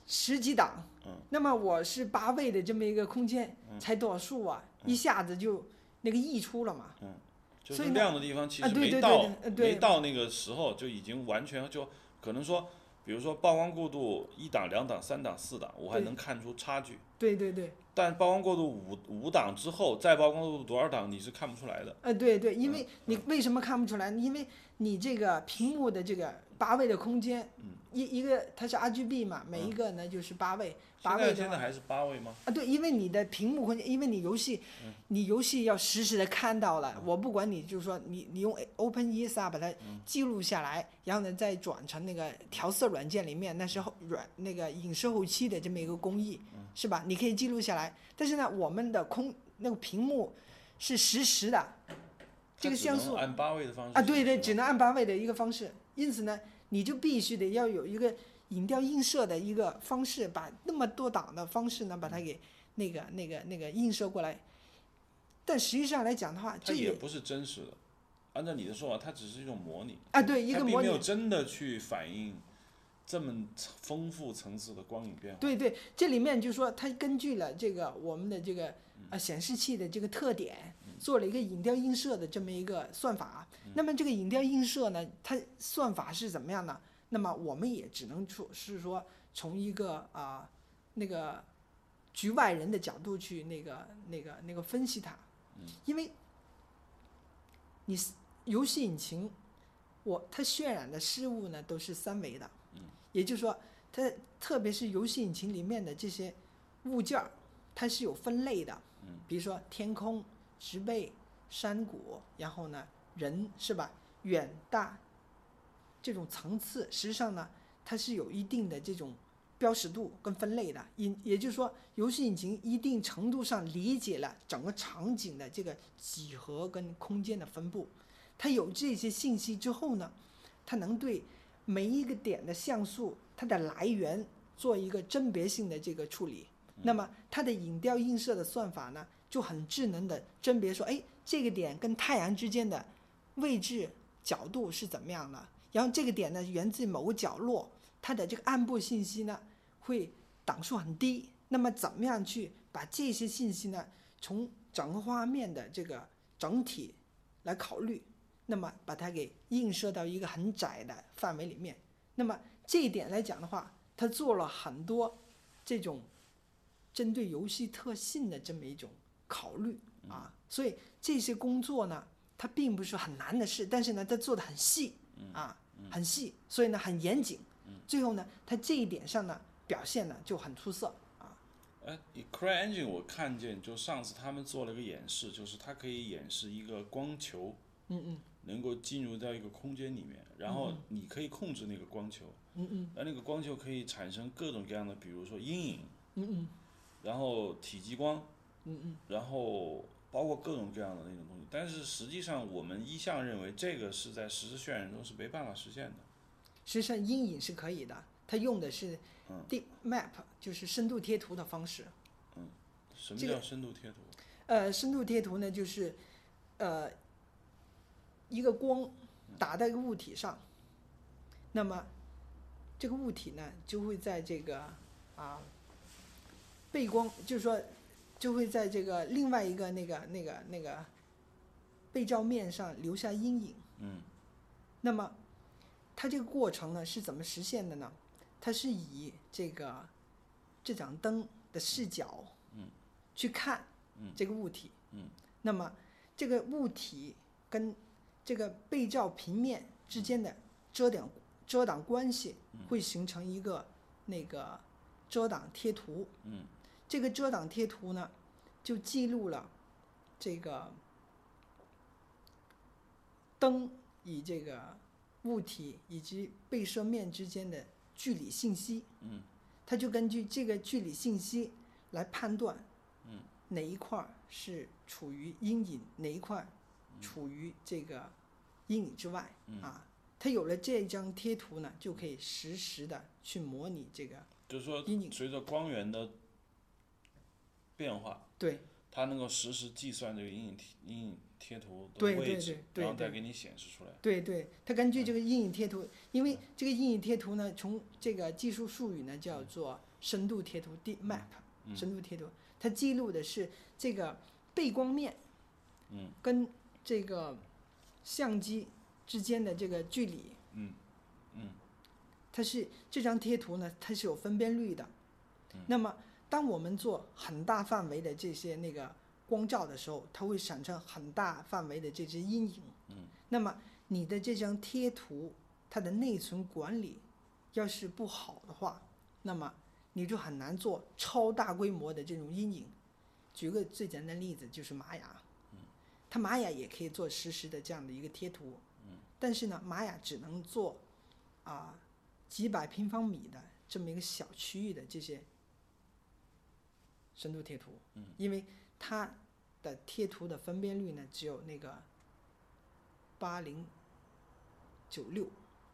Speaker 2: 十几档，
Speaker 1: 嗯
Speaker 2: 那么我是八位的这么一个空间，
Speaker 1: 嗯
Speaker 2: 才多少数啊？
Speaker 1: 嗯
Speaker 2: 一下子就那个溢出了嘛。
Speaker 1: 就
Speaker 2: 所
Speaker 1: 是
Speaker 2: 以呢
Speaker 1: 亮的地方其
Speaker 2: 啊
Speaker 1: 实
Speaker 2: 对
Speaker 1: 没
Speaker 2: 对
Speaker 1: 到，
Speaker 2: 对对呃对
Speaker 1: 没到那个时候就已经完全就可能说，比如说曝光过度一档、两档、三档、四档，我还
Speaker 2: 对
Speaker 1: 能看出差距。
Speaker 2: 对对对，
Speaker 1: 但曝光过度五五档之后，再曝光过度多少档你是看不出来的。
Speaker 2: 呃，对对，因
Speaker 1: 嗯
Speaker 2: 为你为什么看不出来？因为你这个屏幕的这个八位的空间，
Speaker 1: 嗯
Speaker 2: 一一个它是 RGB 嘛，每一个呢就是八位，八
Speaker 1: 现
Speaker 2: 位
Speaker 1: 在
Speaker 2: 的
Speaker 1: 现在
Speaker 2: 话
Speaker 1: 还是八位吗？
Speaker 2: 啊，对，因为你的屏幕空间，因为你游戏，
Speaker 1: 嗯
Speaker 2: 你游戏要实时的看到了，我不管你，就是说你你用 Open ESR 把它
Speaker 1: 嗯
Speaker 2: 记录下来，然后呢再转成那个调色软件里面，那是
Speaker 1: 嗯
Speaker 2: 后软那个影视后期的这么一个工艺，是吧？你可以记录下来，但是呢，我们的空那个屏幕是实时的。这个
Speaker 1: 它只能
Speaker 2: 像素
Speaker 1: 按八位的方式
Speaker 2: 啊，对对，
Speaker 1: 显示
Speaker 2: 只能按八位的一个方式。因此呢，你就必须得要有一个影调映射的一个方式，把那么多档的方式呢，把它给
Speaker 1: 嗯
Speaker 2: 那个那个那个映射过来。但实际上来讲的话
Speaker 1: 嘛，它
Speaker 2: 这
Speaker 1: 也不是真实的。按照你的说法，它只是一种模拟。
Speaker 2: 啊，对一
Speaker 1: 它
Speaker 2: 个
Speaker 1: 并
Speaker 2: 模
Speaker 1: 没
Speaker 2: 拟
Speaker 1: 有，真的去反映这么丰富层次的光影变化。
Speaker 2: 对对，这里面就说它根据了这个我们的这个呃显示器的这个特点，做了一个影调映射的这么一个算法。啊那么这个影调映射呢，它算法是怎么样呢？那么我们也只能说是说从一个啊、那个局外人的角度去那个那个那个分析它，因为你是游戏引擎，我它渲染的事物呢都是三维的，也就是说它特别是游戏引擎里面的这些物件儿，它是有分类的，比如说天空、植被、山谷，然后呢人是吧？远大这种层次，实际上呢它是有一定的这种标识度跟分类的，也也就是说，游戏引擎一定程度上理解了整个场景的这个几何跟空间的分布。它有这些信息之后呢，它能对每一个点的像素它的来源做一个甄别性的这个处理。那么它的影调映射的算法呢，就很智能的甄别说，哎，这个点跟太阳之间的位置角度是怎么样的，然后这个点呢源自某个角落，它的这个暗部信息呢会档数很低。那么怎么样去把这些信息呢，从整个画面的这个整体来考虑，那么把它给映射到一个很窄的范围里面，那么这一点来讲的话，他做了很多这种针对游戏特性的这么一种考虑啊，所以这些工作呢，它并不是很难的事，但是呢，它做的很细啊，很细，所以呢很严谨，最后呢，它这一点上呢表现呢就很出色啊，
Speaker 1: 哎，CryEngine 我看见，就上次他们做了一个演示，就是它可以演示一个光球
Speaker 2: 嗯嗯
Speaker 1: 能够进入到一个空间里面，然后你可以控制那个光球，
Speaker 2: 嗯嗯
Speaker 1: 那那个光球可以产生各种各样的，比如说阴影，
Speaker 2: 嗯嗯
Speaker 1: 然后体积光，
Speaker 2: 嗯嗯，
Speaker 1: 然后包括各种各样的那种东西。但是实际上，我们一向认为这个是在实时渲染中是没办法实现的。
Speaker 2: 实际上阴影是可以的，它用的是
Speaker 1: 嗯
Speaker 2: Deep Map，就是深度贴图的方式。
Speaker 1: 什么
Speaker 2: 这个
Speaker 1: 叫深度贴图？
Speaker 2: 呃，深度贴图呢，就是呃一个光打在一个物体上，那么这个物体呢就会在这个啊背光，就是说就会在这个另外一个那个那个那个被照面上留下阴影。
Speaker 1: 嗯
Speaker 2: 那么它这个过程呢是怎么实现的呢？它是以这个这盏灯的视角，
Speaker 1: 嗯，
Speaker 2: 去看，
Speaker 1: 嗯，
Speaker 2: 这个物体，
Speaker 1: 嗯，
Speaker 2: 那么这个物体跟这个被照平面之间的遮挡遮挡关系
Speaker 1: 嗯
Speaker 2: 会形成一个那个遮挡贴图，
Speaker 1: 嗯
Speaker 2: 这个遮挡贴图呢，就记录了这个灯与这个物体以及被摄面之间的距离信息。
Speaker 1: 嗯，
Speaker 2: 它就根据这个距离信息来判断，
Speaker 1: 嗯，
Speaker 2: 哪一块儿是处于阴影，哪一块儿处于这个阴影之外、
Speaker 1: 嗯
Speaker 2: 啊。它有了这张贴图呢，就可以实时的去模拟这个
Speaker 1: 就是说
Speaker 2: 阴影，
Speaker 1: 随着光源的变化，
Speaker 2: 对
Speaker 1: 它能够实时计算这个阴影贴阴影贴图的
Speaker 2: 对
Speaker 1: 位
Speaker 2: 对
Speaker 1: 置
Speaker 2: 对，对
Speaker 1: 然后再
Speaker 2: 对
Speaker 1: 给你显示出来。嗯
Speaker 2: 对对，它根据这个阴影贴图，因为这个阴影贴图呢，从这个技术术语呢叫做深度贴图 （deep map），、
Speaker 1: 嗯
Speaker 2: 深度贴图，它记录的是这个背光面，
Speaker 1: 嗯，
Speaker 2: 跟这个相机之间的这个距离，
Speaker 1: 嗯嗯，
Speaker 2: 它是这张贴图呢，它是有分辨率的。
Speaker 1: 嗯
Speaker 2: 那么，当我们做很大范围的这些那个光照的时候，它会产生很大范围的这些阴影。
Speaker 1: 嗯，
Speaker 2: 那么你的这张贴图，它的内存管理要是不好的话，那么你就很难做超大规模的这种阴影。举个最简单的例子，就是玛雅，它玛雅也可以做实时的这样的一个贴图，但是呢，玛雅只能做啊、几百平方米的这么一个小区域的这些深度贴图，嗯，因为它的贴图的分辨率呢只有那个八零九六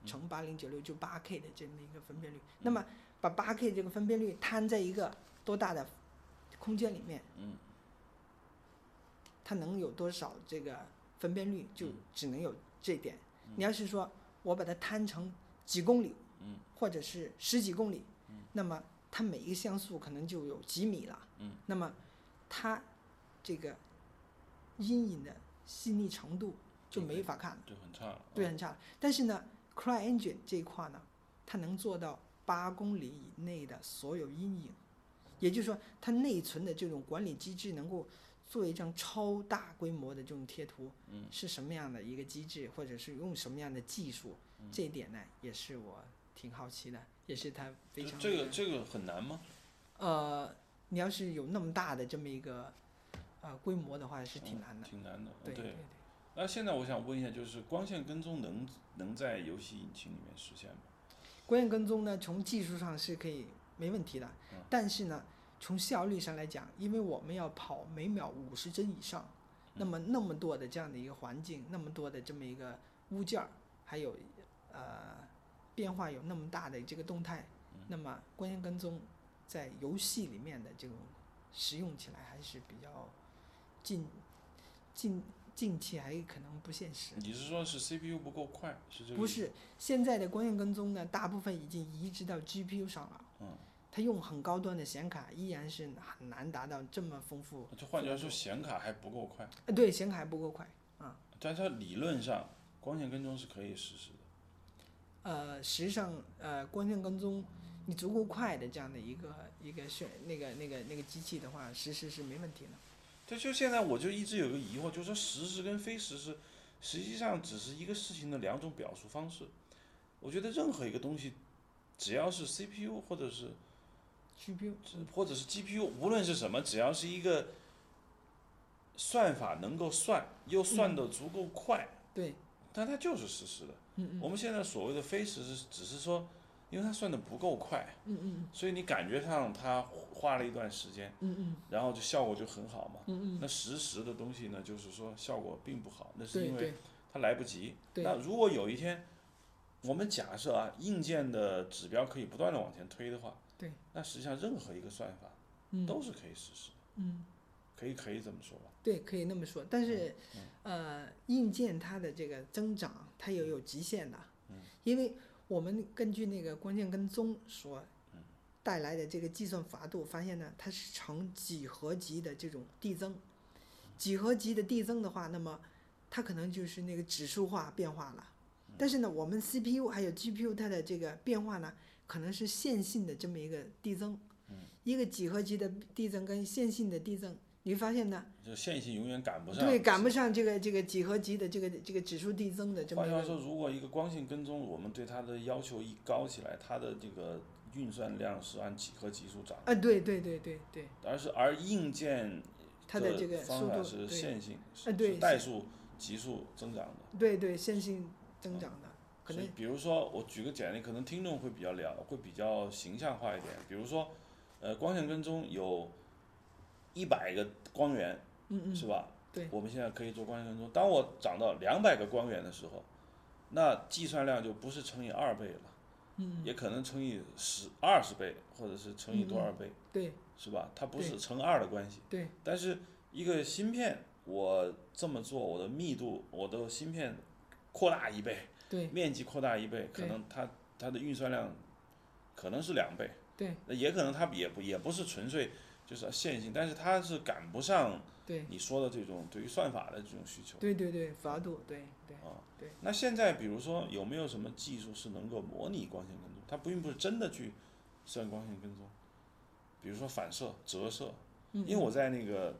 Speaker 1: 嗯
Speaker 2: 乘八零九六就八 K 的这么一个分辨率，那么把八 K 这个分辨率摊在一个多大的空间里面，
Speaker 1: 嗯，
Speaker 2: 它能有多少这个分辨率
Speaker 1: 嗯
Speaker 2: 就只能有这点，你要是说我把它摊成几公里。
Speaker 1: 嗯
Speaker 2: 或者是十几公里，那么它每一个像素可能就有几米了，
Speaker 1: 嗯
Speaker 2: 那么它这个阴影的细腻程度就没法看了，
Speaker 1: 就很差了。
Speaker 2: 对，很差。但是呢，CryEngine 这一块呢，它能做到八公里以内的所有阴影，也就是说，它内存的这种管理机制能够做一张超大规模的这种贴图，
Speaker 1: 嗯
Speaker 2: 是什么样的一个机制，或者是用什么样的技术，
Speaker 1: 嗯
Speaker 2: 这一点呢，也是我挺好奇的，也是它非
Speaker 1: 就
Speaker 2: 常
Speaker 1: 这个这个很难吗？
Speaker 2: 呃，你要是有那么大的这么一个呃规模的话，是挺
Speaker 1: 嗯
Speaker 2: 难的。
Speaker 1: 挺难的。
Speaker 2: 对对
Speaker 1: 对。那现在我想问一下，就是光线跟踪能能在游戏引擎里面实现吗？
Speaker 2: 光线跟踪呢，从技术上是可以没问题的，
Speaker 1: 嗯
Speaker 2: 但是呢，从效率上来讲，因为我们要跑每秒五十帧以上，那么那么多的这样的一个环境，那么多的这么一个物件儿，还有呃变化有那么大的这个动态，那么光线跟踪在游戏里面的这种使用起来还是比较近近近期还可能不现实。
Speaker 1: 你是说是 CPU 不够快，是这个？
Speaker 2: 不，是，现在的光线跟踪呢，大部分已经移植到 GPU 上了。
Speaker 1: 嗯，
Speaker 2: 它用很高端的显卡，依然是很难达到这么丰富。
Speaker 1: 就换句话说，显卡还不够快，
Speaker 2: 呃，对，显卡还不够快。
Speaker 1: 但它理论上光线跟踪是可以实时的。
Speaker 2: 呃时尚呃光线跟踪你足够快的这样的一个一个选那个那个那个机器的话，实时是没问题的。
Speaker 1: 对，就现在我就一直有个疑惑，就是说实时跟非实时，实际上只是一个事情的两种表述方式。我觉得任何一个东西，只要是 CPU 或者是
Speaker 2: GPU
Speaker 1: 或者是 GPU，无论是什么，只要是一个算法能够算又算得足够快，
Speaker 2: 对，
Speaker 1: 但它就是实时的。
Speaker 2: 嗯嗯
Speaker 1: 我们现在所谓的非实时，只是说，因为它算得不够快，
Speaker 2: 嗯嗯
Speaker 1: 所以你感觉上它花了一段时间，
Speaker 2: 嗯嗯
Speaker 1: 然后就效果就很好嘛。
Speaker 2: 嗯嗯，
Speaker 1: 那实时的东西呢，就是说效果并不好，那是
Speaker 2: 对
Speaker 1: 因为
Speaker 2: 对
Speaker 1: 它来不及。
Speaker 2: 对
Speaker 1: 那如果有一天，我们假设啊，硬件的指标可以不断的往前推的话，
Speaker 2: 对，
Speaker 1: 那实际上任何一个算法
Speaker 2: 嗯
Speaker 1: 都是可以实时的，
Speaker 2: 嗯。
Speaker 1: 可以可以这么说吧？
Speaker 2: 对，可以那么说，但是，呃，硬件它的这个增长，它也有极限的，因为我们根据那个光线跟踪所带来的这个计算法度，发现呢，它是呈几何级的这种递增，几何级的递增的话，那么它可能就是那个指数化变化了，但是呢，我们 CPU 还有 GPU 它的这个变化呢，可能是线性的这么一个递增，一个几何级的递增跟线性的递增，你会发现呢。
Speaker 1: 就线性永远赶不上。
Speaker 2: 对，赶不上这个这个几何级的这个这个指数递增的这么
Speaker 1: 换
Speaker 2: 一
Speaker 1: 句话
Speaker 2: 个，
Speaker 1: 说，如果一个光线跟踪，我们对它的要求一高起来，它的这个运算量是按几何级数涨，
Speaker 2: 啊，对对对对对，
Speaker 1: 而是而硬件
Speaker 2: 它的这个速
Speaker 1: 方法
Speaker 2: 度，
Speaker 1: 是
Speaker 2: 对
Speaker 1: 线性，
Speaker 2: 啊
Speaker 1: 是
Speaker 2: 对
Speaker 1: 是代数级数增长的。
Speaker 2: 对对线性增长的，可
Speaker 1: 所以
Speaker 2: 能
Speaker 1: 比如说，我举个简例，可能听众会比较了，会比较形象化一点。比如说，呃，光线跟踪有一百个光源，
Speaker 2: 嗯嗯
Speaker 1: 是吧？
Speaker 2: 对
Speaker 1: 我们现在可以做光线跟踪。当我涨到两百个光源的时候，那计算量就不是乘以二倍了，
Speaker 2: 嗯
Speaker 1: 也可能乘以十二十倍，或者是乘以多少倍，
Speaker 2: 对
Speaker 1: 是吧？它不
Speaker 2: 嗯对
Speaker 1: 是乘二的关系。
Speaker 2: 对
Speaker 1: 但是一个芯片，我这么做，我的密度，我的芯片扩大一倍，
Speaker 2: 对
Speaker 1: 面积扩大一倍，可
Speaker 2: 对
Speaker 1: 能它它的运算量可能是两倍，
Speaker 2: 对
Speaker 1: 那也可能它也不也不是纯粹就是线性，但是它是赶不上
Speaker 2: 对
Speaker 1: 你说的这种对于算法的这种需求。
Speaker 2: 对对对，法度对对
Speaker 1: 啊，
Speaker 2: 对。
Speaker 1: 那现在比如说有没有什么技术是能够模拟光线跟踪？它并不是真的去算光线跟踪，比如说反射、折射，
Speaker 2: 嗯
Speaker 1: 因为我在那个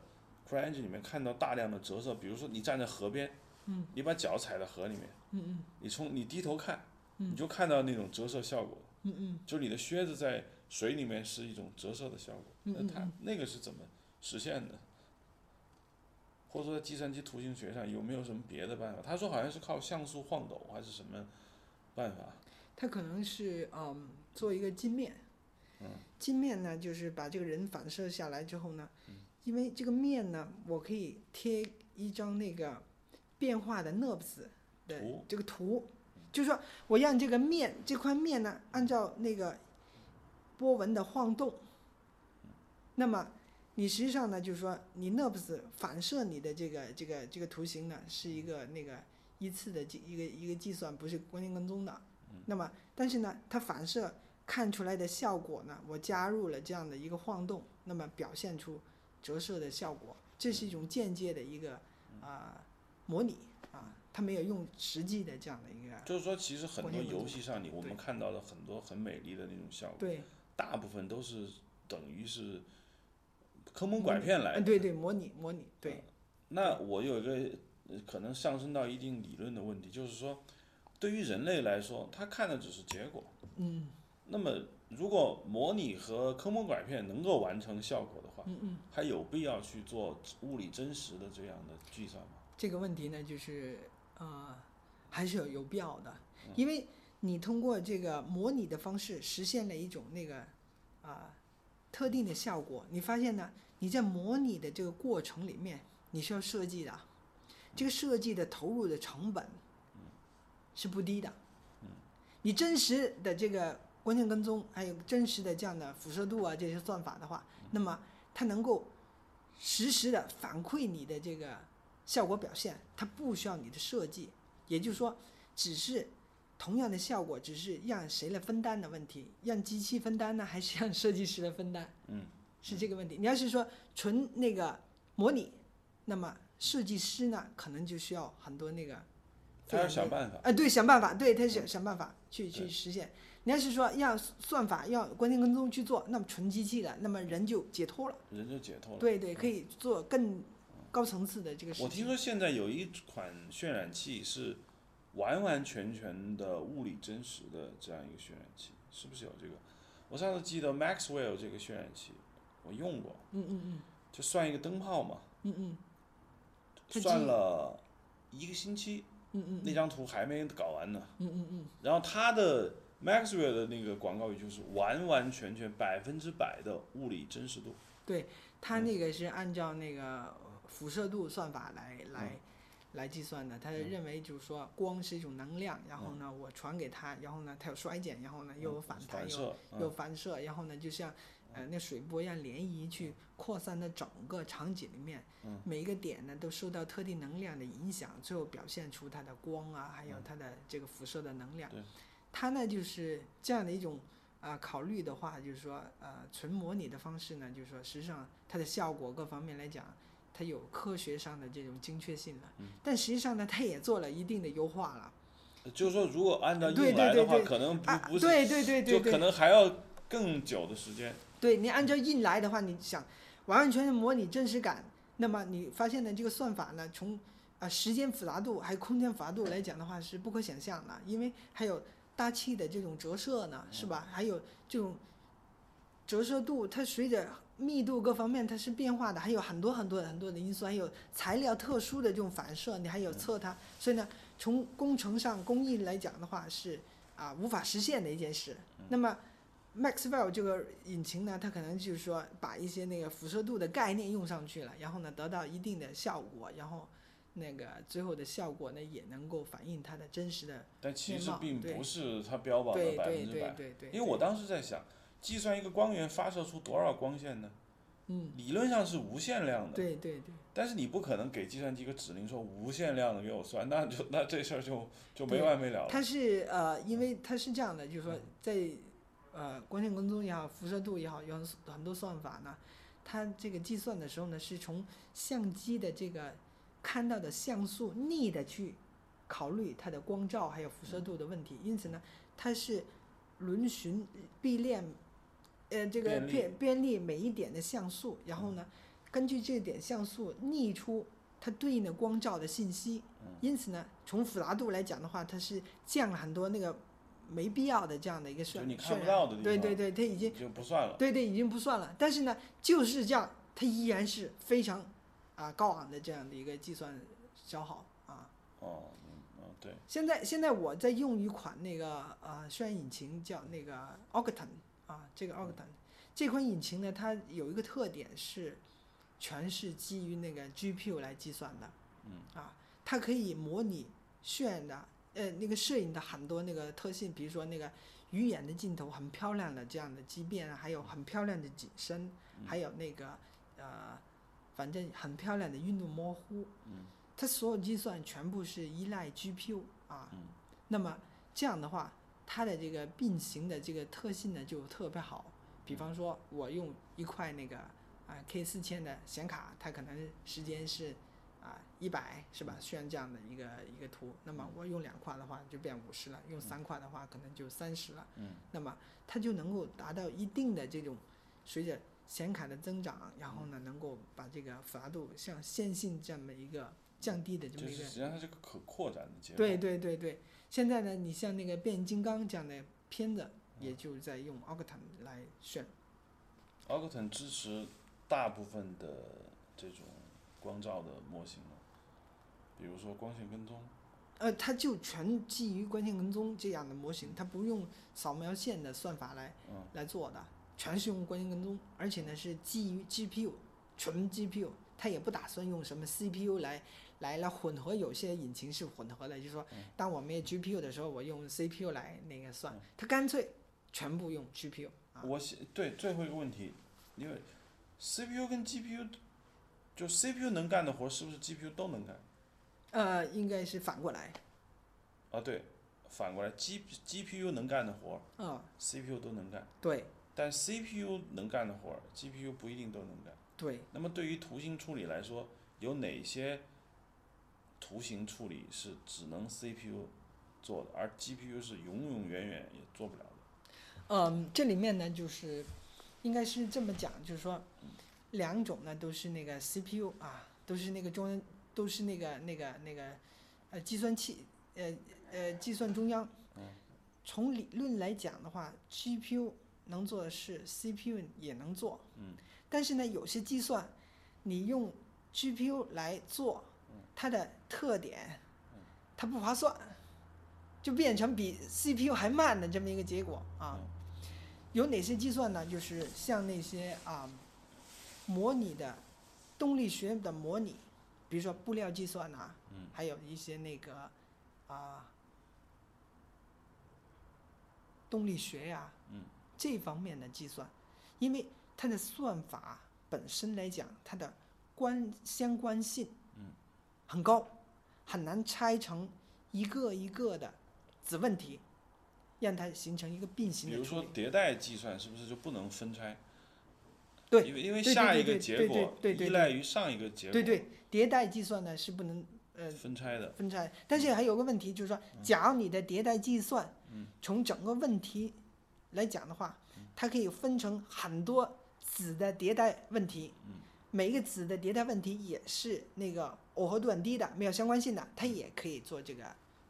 Speaker 1: CryEngine 里面看到大量的折射，比如说你站在河边，
Speaker 2: 嗯，
Speaker 1: 你把脚踩在河里面，
Speaker 2: 嗯嗯
Speaker 1: 你从你低头看，
Speaker 2: 嗯
Speaker 1: 你就看到那种折射效果，
Speaker 2: 嗯嗯
Speaker 1: 就你的靴子在水里面是一种折射的效果。
Speaker 2: 嗯
Speaker 1: 那
Speaker 2: 嗯
Speaker 1: 它那个是怎么实现的？或者说在计算机图形学上有没有什么别的办法？他说好像是靠像素晃抖还是什么办
Speaker 2: 啊
Speaker 1: 法？
Speaker 2: 它可能是嗯做一个镜面，镜面呢就是把这个人反射下来之后呢，因为这个面呢，我可以贴一张那个变化的 NURBS 的
Speaker 1: 图
Speaker 2: 这个图，就是说我让这个面这块面呢按照那个波纹的晃动，那么。你实际上呢，就是说，你 NURBS 反射你的这个这个这个图形呢，是一个那个依次的计一个一个计算，不是光线跟踪的。那么，但是呢，它反射看出来的效果呢，我加入了这样的一个晃动，那么表现出折射的效果，这是一种间接的一个啊、模拟啊，它没有用实际的这样的一个
Speaker 1: 就是说，其实很
Speaker 2: 光
Speaker 1: 多
Speaker 2: 线跟
Speaker 1: 游
Speaker 2: 踪
Speaker 1: 戏上你我们
Speaker 2: 对
Speaker 1: 看到的很多很美丽的那种效果，
Speaker 2: 对，
Speaker 1: 大部分都是等于是坑蒙拐骗来
Speaker 2: 啊
Speaker 1: 的。
Speaker 2: 对对模拟模拟对，
Speaker 1: 那我有一个呃可能上升到一定理论的问题，就是说，对于人类来说，他看的只是结果。
Speaker 2: 嗯
Speaker 1: 那么，如果模拟和坑蒙拐骗能够完成效果的话，
Speaker 2: 嗯嗯，
Speaker 1: 还有必要去做物理真实的这样的计算吗？
Speaker 2: 这个问题呢，就是呃还是有有必要的，因为你通过这个模拟的方式实现了一种那个啊、特定的效果，你发现呢，你在模拟的这个过程里面，你需要设计的，这个设计的投入的成本是不低的。你真实的这个光线跟踪，还有真实的这样的辐射度啊这些算法的话，那么它能够实时的反馈你的这个效果表现，它不需要你的设计，也就是说，只是同样的效果，只是让谁来分担的问题，让机器分担呢，还是让设计师来分担？
Speaker 1: 嗯，
Speaker 2: 是这个问题。你要是说纯那个模拟，那么设计师呢，可能就需要很多那个
Speaker 1: 他
Speaker 2: 非
Speaker 1: 要
Speaker 2: 常
Speaker 1: 想
Speaker 2: 累
Speaker 1: 办法。嗯
Speaker 2: 啊，对，想办法，对他想想办法去去
Speaker 1: 对
Speaker 2: 实现。你要是说要算法要关键跟踪去做，那么纯机器了，那么人就解脱了。
Speaker 1: 人就解脱了。嗯
Speaker 2: 对对，可以做更高层次的这个事
Speaker 1: 我听
Speaker 2: 情。
Speaker 1: 说现在有一款渲染器是完完全全的物理真实的这样一个渲染器，是不是有这个？我上次记得 Maxwell 这个渲染器，我用过，
Speaker 2: 嗯嗯嗯
Speaker 1: 就算一个灯泡嘛，
Speaker 2: 嗯嗯它
Speaker 1: 算
Speaker 2: 记
Speaker 1: 了一个星期，
Speaker 2: 嗯嗯
Speaker 1: 那张图还没搞完呢。
Speaker 2: 嗯嗯嗯，
Speaker 1: 然后它的 Maxwell 的那个广告语就是完完全全百分之百的物理真实度，
Speaker 2: 它那个是按照那个辐射度算法来来来计算的。他认为就是说光是一种能量，然后呢我传给它，然后呢它有衰减，然后呢又有反弹，
Speaker 1: 反
Speaker 2: 又
Speaker 1: 射，嗯
Speaker 2: 有反射，然后呢，就像呃那水波一样涟漪去扩散到整个场景里面，
Speaker 1: 嗯
Speaker 2: 每一个点呢都受到特定能量的影响，最后表现出它的光啊，还有它的这个辐射的能量
Speaker 1: 嗯对。
Speaker 2: 它呢就是这样的一种啊、考虑的话，就是说呃纯模拟的方式呢，就是说实际上它的效果各方面来讲。它有科学上的这种精确性了，
Speaker 1: 嗯
Speaker 2: 但实际上呢，它也做了一定的优化了。
Speaker 1: 就是说如果按照
Speaker 2: 对
Speaker 1: 用
Speaker 2: 对
Speaker 1: 来
Speaker 2: 对
Speaker 1: 的话，
Speaker 2: 对
Speaker 1: 可能不
Speaker 2: 啊，
Speaker 1: 不是
Speaker 2: 对对对对
Speaker 1: 就
Speaker 2: 对
Speaker 1: 可，能还要更久的时间。
Speaker 2: 对你按照硬来的话，你想完完全全模拟真实感，那么你发现的这个算法呢，从啊、时间复杂度还有空间复杂度来讲的话是不可想象的，因为还有大气的这种折射呢，是吧？还有这种折射度，它随着密度各方面它是变化的，还有很多很多很多的因素，还有材料特殊的这种反射，你还有测它，所以呢，从工程上工艺来讲的话是啊、无法实现的一件事。那么 Maxwell 这个引擎呢，它可能就是说把一些那个辐射度的概念用上去了，然后呢得到一定的效果，然后那个最后的效果呢也能够反映它的真实的
Speaker 1: 但其
Speaker 2: 面
Speaker 1: 实
Speaker 2: 貌
Speaker 1: 并
Speaker 2: 对
Speaker 1: 不是它标榜的
Speaker 2: 对
Speaker 1: 百
Speaker 2: 对
Speaker 1: 分之
Speaker 2: 对
Speaker 1: 百，
Speaker 2: 对对，
Speaker 1: 因为我当时在想，计算一个光源发射出多少光线呢？
Speaker 2: 嗯，
Speaker 1: 理论上是无限量的，
Speaker 2: 对对对
Speaker 1: 但是你不可能给计算机一个指令说无限量的给我算，那就那这事儿就就没
Speaker 2: 对
Speaker 1: 完没了了。
Speaker 2: 它是呃，因为它是这样的，就是说在呃光线跟踪也好，辐射度也好，有很很多算法呢，它这个计算的时候呢，是从相机的这个看到的像素逆的去考虑它的光照还有辐射度的问题，因此呢，它是轮循闭链，呃，这个
Speaker 1: 便利
Speaker 2: 便便利每一点的像素，然后呢，根据这点像素逆出它对应的光照的信息。
Speaker 1: 嗯
Speaker 2: 因此呢，从复杂度来讲的话，它是降了很多那个没必要的这样的一个渲
Speaker 1: 就
Speaker 2: 染，
Speaker 1: 你看
Speaker 2: 渲
Speaker 1: 不
Speaker 2: 染
Speaker 1: 到的地
Speaker 2: 啊对
Speaker 1: 方
Speaker 2: 对对，它已经
Speaker 1: 就不算了。
Speaker 2: 对对已经不算了。但是呢，就是这样，它依然是非常啊、高昂的这样的一个计算消耗啊。
Speaker 1: 哦，嗯，嗯对，
Speaker 2: 现在现在我在用一款那个呃渲染引擎叫那个 Octane 啊，这个 Octane 这款引擎呢，它有一个特点是，全是基于那个 GPU 来计算的，嗯啊，它可以模拟渲染的呃那个摄影的很多那个特性，比如说那个鱼眼的镜头很漂亮的这样的畸变啊，还有很漂亮的景深，还有那个呃反正很漂亮的运动模糊，它所有计算全部是依赖 GPU 啊。那么这样的话，它的这个并行的这个特性呢就特别好。比方说，我用一块那个啊 K 四千的显卡，它可能时间是啊一百是吧？虽然这样的一个一个图，那
Speaker 1: 嗯
Speaker 2: 么我用两块的话就变五十了，用三块的话可能就三十了。
Speaker 1: 嗯，
Speaker 2: 那么它就能够达到一定的这种随着显卡的增长，然后呢
Speaker 1: 嗯
Speaker 2: 能够把这个复杂度像线性这么一个降低的这
Speaker 1: 就
Speaker 2: 么一
Speaker 1: 是
Speaker 2: 个
Speaker 1: 实际上它是个可扩展的结果。
Speaker 2: 对对对对，现在呢，你像那个变形金刚这样的片子，也就在用 Octane 来选。
Speaker 1: Octane 支持大部分的这种光照的模型了，比如说光线跟踪。
Speaker 2: 呃，它就全基于关键跟踪这样的模型，它不用扫描线的算法来、
Speaker 1: 嗯
Speaker 2: 来做的，全是用关键跟踪，而且呢是基于 GPU，纯 GPU，它也不打算用什么 CPU 来来来混合，有些引擎是混合的，就是说当我没有 GPU 的时候，我用 CPU 来那个算，它干脆全部用 GPU 啊。
Speaker 1: 我想对最后一个问题，因为 CPU 跟 GPU，就 CPU 能干的活是不是 GPU 都能干？
Speaker 2: 呃，应该是反过来，
Speaker 1: 啊，对，反过来，G GPU 能干的活
Speaker 2: 嗯，
Speaker 1: ，CPU 都能干，
Speaker 2: 对
Speaker 1: 但 CPU 能干的活，GPU 不一定都能干。
Speaker 2: 对，
Speaker 1: 那么对于图形处理来说，有哪些图形处理是只能 CPU 做的，而 GPU 是永永远远也做不了的。
Speaker 2: 嗯，这里面呢，就是应该是这么讲，就是说两种呢都是那个 CPU 啊，都是那个中央，都是那个那个那个呃计算器，呃呃计算中央
Speaker 1: 嗯。
Speaker 2: 从理论来讲的话，GPU 能做的事，CPU 也能做。
Speaker 1: 嗯。
Speaker 2: 但是呢，有些计算你用 GPU 来做，它的特点
Speaker 1: 嗯
Speaker 2: 它不划算，就变成比 CPU 还慢的这么一个结果啊。
Speaker 1: 嗯
Speaker 2: 有哪些计算呢？就是像那些啊，模拟的动力学的模拟，比如说布料计算呐、啊
Speaker 1: 嗯
Speaker 2: 还有一些那个啊动力学呀、
Speaker 1: 嗯
Speaker 2: 这方面的计算，因为它的算法本身来讲，它的关相关性
Speaker 1: 嗯
Speaker 2: 很高，很难拆成一个一个的子问题，让它形成一个并行
Speaker 1: 比
Speaker 2: 的
Speaker 1: 如
Speaker 2: 处
Speaker 1: 说
Speaker 2: 理。
Speaker 1: 迭代计算是不是就不能分拆？
Speaker 2: 对
Speaker 1: 因为因为
Speaker 2: 对对
Speaker 1: 下
Speaker 2: 对
Speaker 1: 一个
Speaker 2: 对
Speaker 1: 结
Speaker 2: 对
Speaker 1: 果
Speaker 2: 对对对
Speaker 1: 依赖于上一个结果，
Speaker 2: 对对，迭代计算呢是不能呃
Speaker 1: 分拆的。
Speaker 2: 分拆。但是还有个问题，就是说，
Speaker 1: 嗯
Speaker 2: 假如你的迭代计算，从整个问题来讲的话，
Speaker 1: 嗯
Speaker 2: 它可以分成很多子的迭代问题，
Speaker 1: 嗯
Speaker 2: 每一个子的迭代问题也是那个耦合度很低的，没有相关性的，它也可以做这个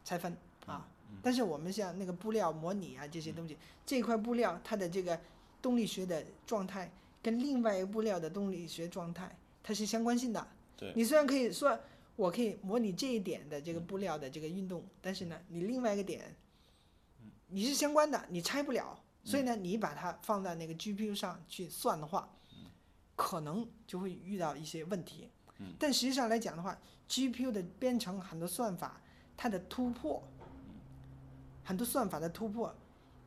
Speaker 2: 拆分
Speaker 1: 嗯
Speaker 2: 啊。但是我们像那个布料模拟啊这些东西，这块布料它的这个动力学的状态跟另外一个布料的动力学状态它是相关性的。
Speaker 1: 对
Speaker 2: 你虽然可以说我可以模拟这一点的这个布料的这个运动，但是呢，你另外一个点，你是相关的，你拆不了，所以呢，你把它放到那个 GPU 上去算的话，可能就会遇到一些问题。但实际上来讲的话，GPU 的编程很多算法，它的突破，很多算法的突破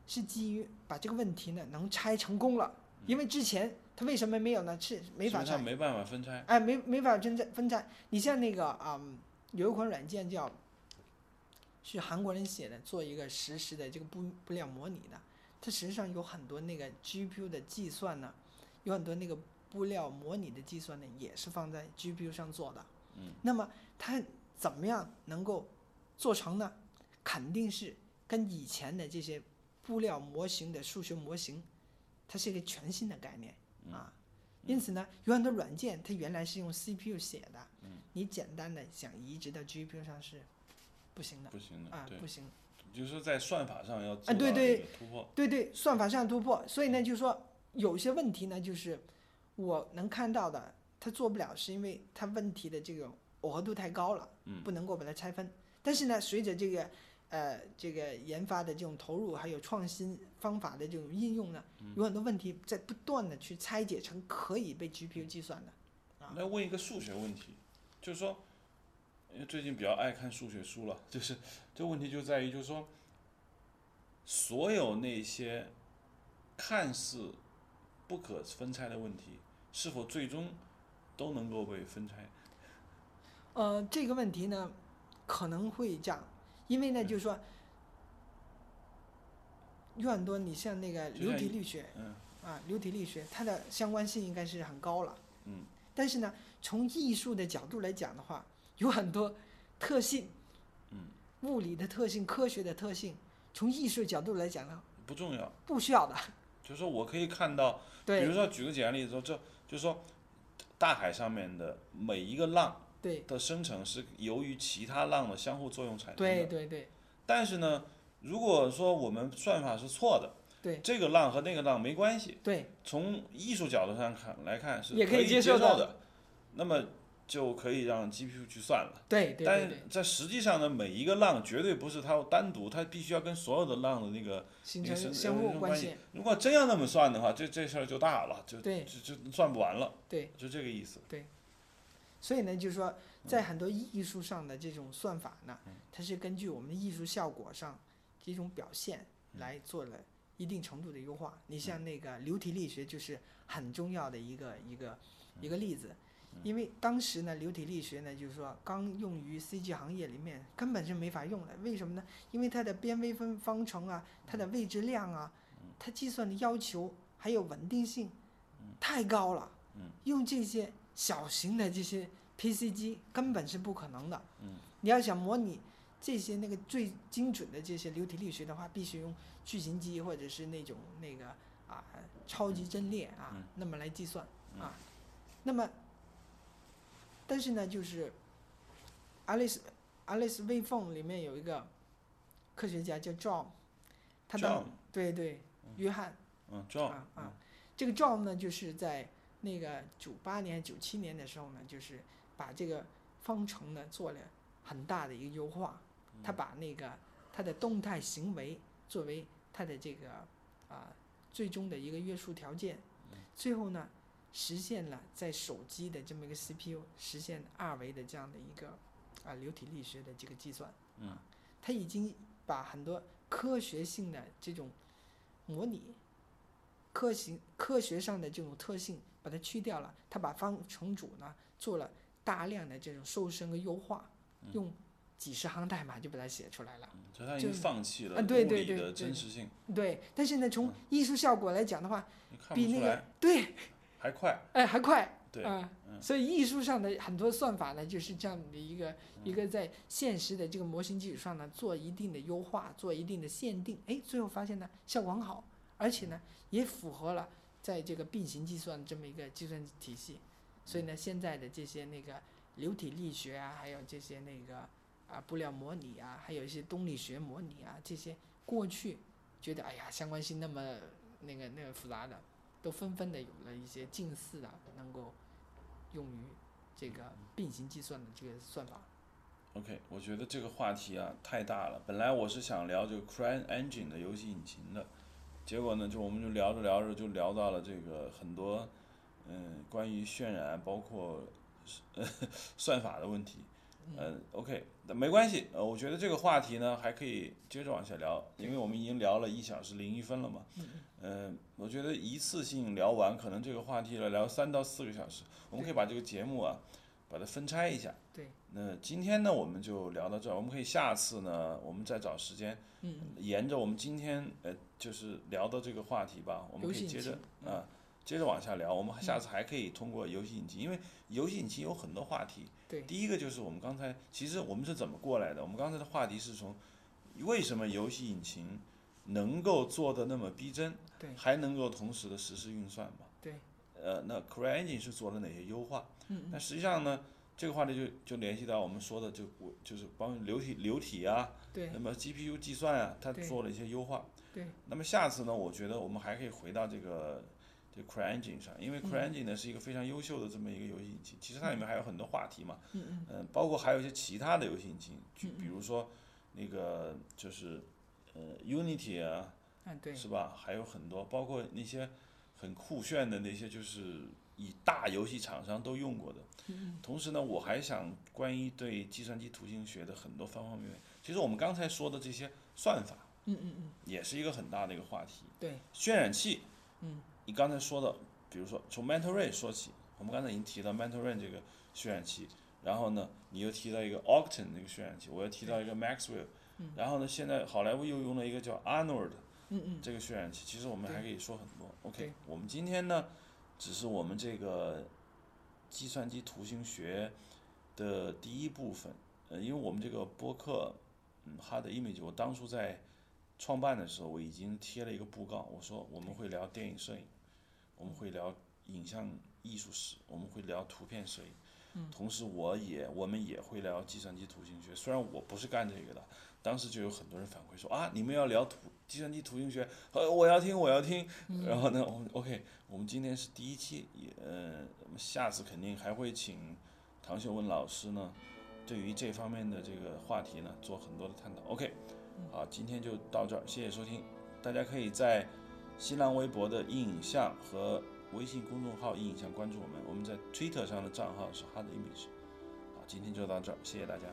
Speaker 2: 是基于把这个问题呢能拆成功了，因为之前它为什么没有呢？是没
Speaker 1: 基
Speaker 2: 法
Speaker 1: 本
Speaker 2: 拆
Speaker 1: 上。没办法分拆。
Speaker 2: 哎，没没法分拆分拆。你像那个啊、嗯，有一款软件叫，是韩国人写的，做一个实时的这个布布料模拟的，它实际上有很多那个 GPU 的计算呢，有很多那个布料模拟的计算呢，也是放在 GPU 上做的。
Speaker 1: 嗯，
Speaker 2: 那么它怎么样能够做成呢？肯定是跟以前的这些布料模型的数学模型，它是一个全新的概念啊。因此呢，有很多软件它原来是用 CPU 写的，你简单的想移植到 GPU 上是不行的
Speaker 1: 不行的，
Speaker 2: 啊，
Speaker 1: 嗯对，
Speaker 2: 不行。
Speaker 1: 就是说在算法上要做
Speaker 2: 对
Speaker 1: 到
Speaker 2: 对
Speaker 1: 一个突破，
Speaker 2: 对对，算法上突破，所以呢，就是说有些问题呢，就是我能看到的，它做不了，是因为它问题的这个耦合度太高了，
Speaker 1: 嗯
Speaker 2: 不能够把它拆分。但是呢，随着这个呃这个研发的这种投入，还有创新方法的这种应用呢，
Speaker 1: 嗯
Speaker 2: 有很多问题在不断的去拆解成可以被
Speaker 1: 嗯
Speaker 2: GPU 计算的。啊
Speaker 1: 那问一个数学问题，就是说，因为最近比较爱看数学书了，就是这问题就在于，就是说，所有那些看似不可分拆的问题，是否最终都能够被分拆？
Speaker 2: 呃，这个问题呢，可能会这样，因为呢，
Speaker 1: 嗯
Speaker 2: 就是说，有很多你像那个
Speaker 1: 就
Speaker 2: 流
Speaker 1: 像
Speaker 2: 体
Speaker 1: 一
Speaker 2: 力学
Speaker 1: 嗯
Speaker 2: 啊，流体力学它的相关性应该是很高了。
Speaker 1: 嗯。
Speaker 2: 但是呢，从艺术的角度来讲的话，有很多特性，
Speaker 1: 嗯，
Speaker 2: 物理的特性、科学的特性，从艺术角度来讲呢，
Speaker 1: 不重要。
Speaker 2: 不需 要的。
Speaker 1: 就是说我可以看到，比
Speaker 2: 对
Speaker 1: 如说举个简单例子说，这就是说，大海上面的每一个浪
Speaker 2: 对
Speaker 1: 的生成是由于其他浪的相互作用产生的。
Speaker 2: 对对对
Speaker 1: 但是呢，如果说我们算法是错的，
Speaker 2: 对
Speaker 1: 这个浪和那个浪没关系，
Speaker 2: 对，
Speaker 1: 从艺术角度上看来看是
Speaker 2: 也可以
Speaker 1: 以接
Speaker 2: 接受的
Speaker 1: 的，那么就可以让 GPU 去算了。
Speaker 2: 对对对
Speaker 1: 但
Speaker 2: 对，
Speaker 1: 在实际上呢，每一个浪绝对不是它单独，它必须要跟所有的浪的那个。
Speaker 2: 形
Speaker 1: 那个
Speaker 2: 成
Speaker 1: 生
Speaker 2: 相
Speaker 1: 有一
Speaker 2: 互
Speaker 1: 种
Speaker 2: 关
Speaker 1: 关
Speaker 2: 系。
Speaker 1: 如果真要那么算的话，这这事儿就大了，就
Speaker 2: 对
Speaker 1: 就就算不完了，
Speaker 2: 对，
Speaker 1: 就这个意思。
Speaker 2: 所以呢，就是说，在很多艺术上的这种算法呢，它是根据我们的艺术效果上这种表现来做了一定程度的优化。你像那个流体力学就是很重要的一个一个一个例子，因为当时呢，流体力学呢，就是说刚用于 CG 行业里面根本是没法用的。为什么呢？因为它的边微分方程啊，它的位置量啊，它计算的要求还有稳定性太高了
Speaker 1: 嗯。
Speaker 2: 用这些小型的这些 PC 机根本是不可能的。
Speaker 1: 嗯，
Speaker 2: 你要想模拟这些那个最精准的这些流体力学的话，必须用巨型机或者是那种那个啊超级阵列啊、
Speaker 1: 嗯
Speaker 2: 那么来计算
Speaker 1: 嗯
Speaker 2: 啊。那么，但是呢，就是爱丽丝爱丽丝微缝里面有一个科学家叫 John，他当
Speaker 1: John
Speaker 2: 对对约翰。
Speaker 1: 嗯，John，
Speaker 2: 啊
Speaker 1: 嗯
Speaker 2: 啊，这个 job 呢，就是在那个九八年、九七年的时候呢，就是把这个方程呢做了很大的一个优化，
Speaker 1: 嗯
Speaker 2: 他把那个它的动态行为作为它的这个啊最终的一个约束条件，
Speaker 1: 嗯
Speaker 2: 最后呢实现了在手机的这么一个 CPU 实现二维的这样的一个啊流体力学的这个计算，啊
Speaker 1: 嗯，
Speaker 2: 它已经把很多科学性的这种模拟。科学科学上的这种特性把它去掉了，它把方程组呢做了大量的这种瘦身和优化，
Speaker 1: 嗯
Speaker 2: 用几十行代码就把它写出来了。
Speaker 1: 嗯所以他已经
Speaker 2: 就是
Speaker 1: 放弃了
Speaker 2: 啊对
Speaker 1: 物
Speaker 2: 对
Speaker 1: 理
Speaker 2: 对
Speaker 1: 的
Speaker 2: 对
Speaker 1: 真实性，
Speaker 2: 对，但是呢，从艺术效果来讲的话，
Speaker 1: 你嗯看
Speaker 2: 比
Speaker 1: 不
Speaker 2: 那
Speaker 1: 出
Speaker 2: 个
Speaker 1: 来，
Speaker 2: 对，
Speaker 1: 还快，
Speaker 2: 哎还快，
Speaker 1: 对，
Speaker 2: 啊、
Speaker 1: 嗯
Speaker 2: 所以艺术上的很多算法呢，就是这样的一个、
Speaker 1: 嗯
Speaker 2: 一个在现实的这个模型基础上呢，做一定的优化，做一定的限定，哎，最后发现呢效果很好，而且呢也符合了在这个并行计算这么一个计算体系，所以
Speaker 1: 嗯
Speaker 2: 呢现在的这些那个流体力学啊，还有这些那个啊布料模拟啊，还有一些动力学模拟啊，这些过去觉得哎呀相关性那么那个那个复杂的，都纷纷的有了一些近似的能够。用于这个并行计算的这个算法。
Speaker 1: OK，我觉得这个话题啊太大了。本来我是想聊这个 CryEngine 的游戏引擎的，结果呢，就我们就聊着聊着就聊到了这个很多，嗯，关于渲染包括呃 算法的问题。嗯，OK，那没关系，呃，我觉得这个话题呢还可以接着往下聊，因为我们已经聊了一小时零一分了嘛。嗯，我觉得一次性聊完，可能这个话题要聊三到四个小时，我们可以把这个节目啊，把它分拆一下。
Speaker 2: 对，
Speaker 1: 那今天呢，我们就聊到这儿。我们可以下次呢，我们再找时间，
Speaker 2: 嗯，
Speaker 1: 沿着我们今天呃，就是聊的这个话题吧，我们
Speaker 2: 游
Speaker 1: 可以
Speaker 2: 戏
Speaker 1: 接
Speaker 2: 引
Speaker 1: 着
Speaker 2: 擎嗯
Speaker 1: 啊、接着往下聊。我们下次还可以通过游戏引擎，因为游戏引擎有很多话题。
Speaker 2: 对
Speaker 1: 第一个就是我们刚才，其实我们是怎么过来的？我们刚才的话题是从为什么游戏引擎能够做的那么逼真，
Speaker 2: 对
Speaker 1: 还能够同时的实时运算嘛？
Speaker 2: 对。
Speaker 1: 呃，那 CryEngine 是做了哪些优化？
Speaker 2: 嗯
Speaker 1: 但实际上呢，这个话题就就联系到我们说的就我就是帮流体流体啊，
Speaker 2: 对
Speaker 1: 那么 GPU 计算啊，它
Speaker 2: 对
Speaker 1: 做了一些优化。
Speaker 2: 对。
Speaker 1: 那么下次呢，我觉得我们还可以回到这个这个 CryEngine 上，因为
Speaker 2: 嗯
Speaker 1: CryEngine 呢、是一个非常优秀的这么一个游戏引擎，其实它里面还有很多话题嘛。
Speaker 2: 嗯嗯
Speaker 1: 嗯、包括还有一些其他的游戏引擎，就
Speaker 2: 嗯嗯
Speaker 1: 比如说那个就是呃 Unity 啊，
Speaker 2: 啊，对
Speaker 1: 是吧？还有很多，包括那些很酷炫的那些，就是以大游戏厂商都用过的。
Speaker 2: 嗯
Speaker 1: 同时呢，我还想关于对计算机图形学的很多方方面面，其实我们刚才说的这些算法，
Speaker 2: 嗯嗯嗯，
Speaker 1: 也是一个很大的一个话题。
Speaker 2: 对，
Speaker 1: 渲染器，
Speaker 2: 嗯，
Speaker 1: 你刚才说的，比如说从 Mentoring 说起，我们刚才已经提到 Mentoring 这个渲染器，然后呢，你又提到一个 Octane 那个渲染器，我又提到一个 Maxwell，
Speaker 2: 嗯
Speaker 1: 然后呢，现在好莱坞又用了一个叫 Arnold
Speaker 2: 嗯嗯
Speaker 1: 这个渲染器，其实我们还可以说很多。OK，
Speaker 2: 对
Speaker 1: 我们今天呢，只是我们这个计算机图形学的第一部分，呃，因为我们这个播客，嗯，Hard Image，我当初在创办的时候，我已经贴了一个布告，我说我们会聊电影摄影，我们会聊影像艺术史，我们会聊图片摄影。
Speaker 2: 嗯
Speaker 1: 同时，我也我们也会聊计算机图形学。虽然我不是干这个的，当时就有很多人反馈说啊，你们要聊图计算机图形学，呃，我要听，我要听。然后呢，我们 OK，我们今天是第一期，也呃，我们下次肯定还会请唐秀文老师呢，对于这方面的这个话题呢，做很多的探讨。OK，好，今天就到这儿，谢谢收听。大家可以在新浪微博的“印影像”和微信公众号“印影像”关注我们，我们在 Twitter 上的账号是 Hard Image。好，今天就到这儿，谢谢大家。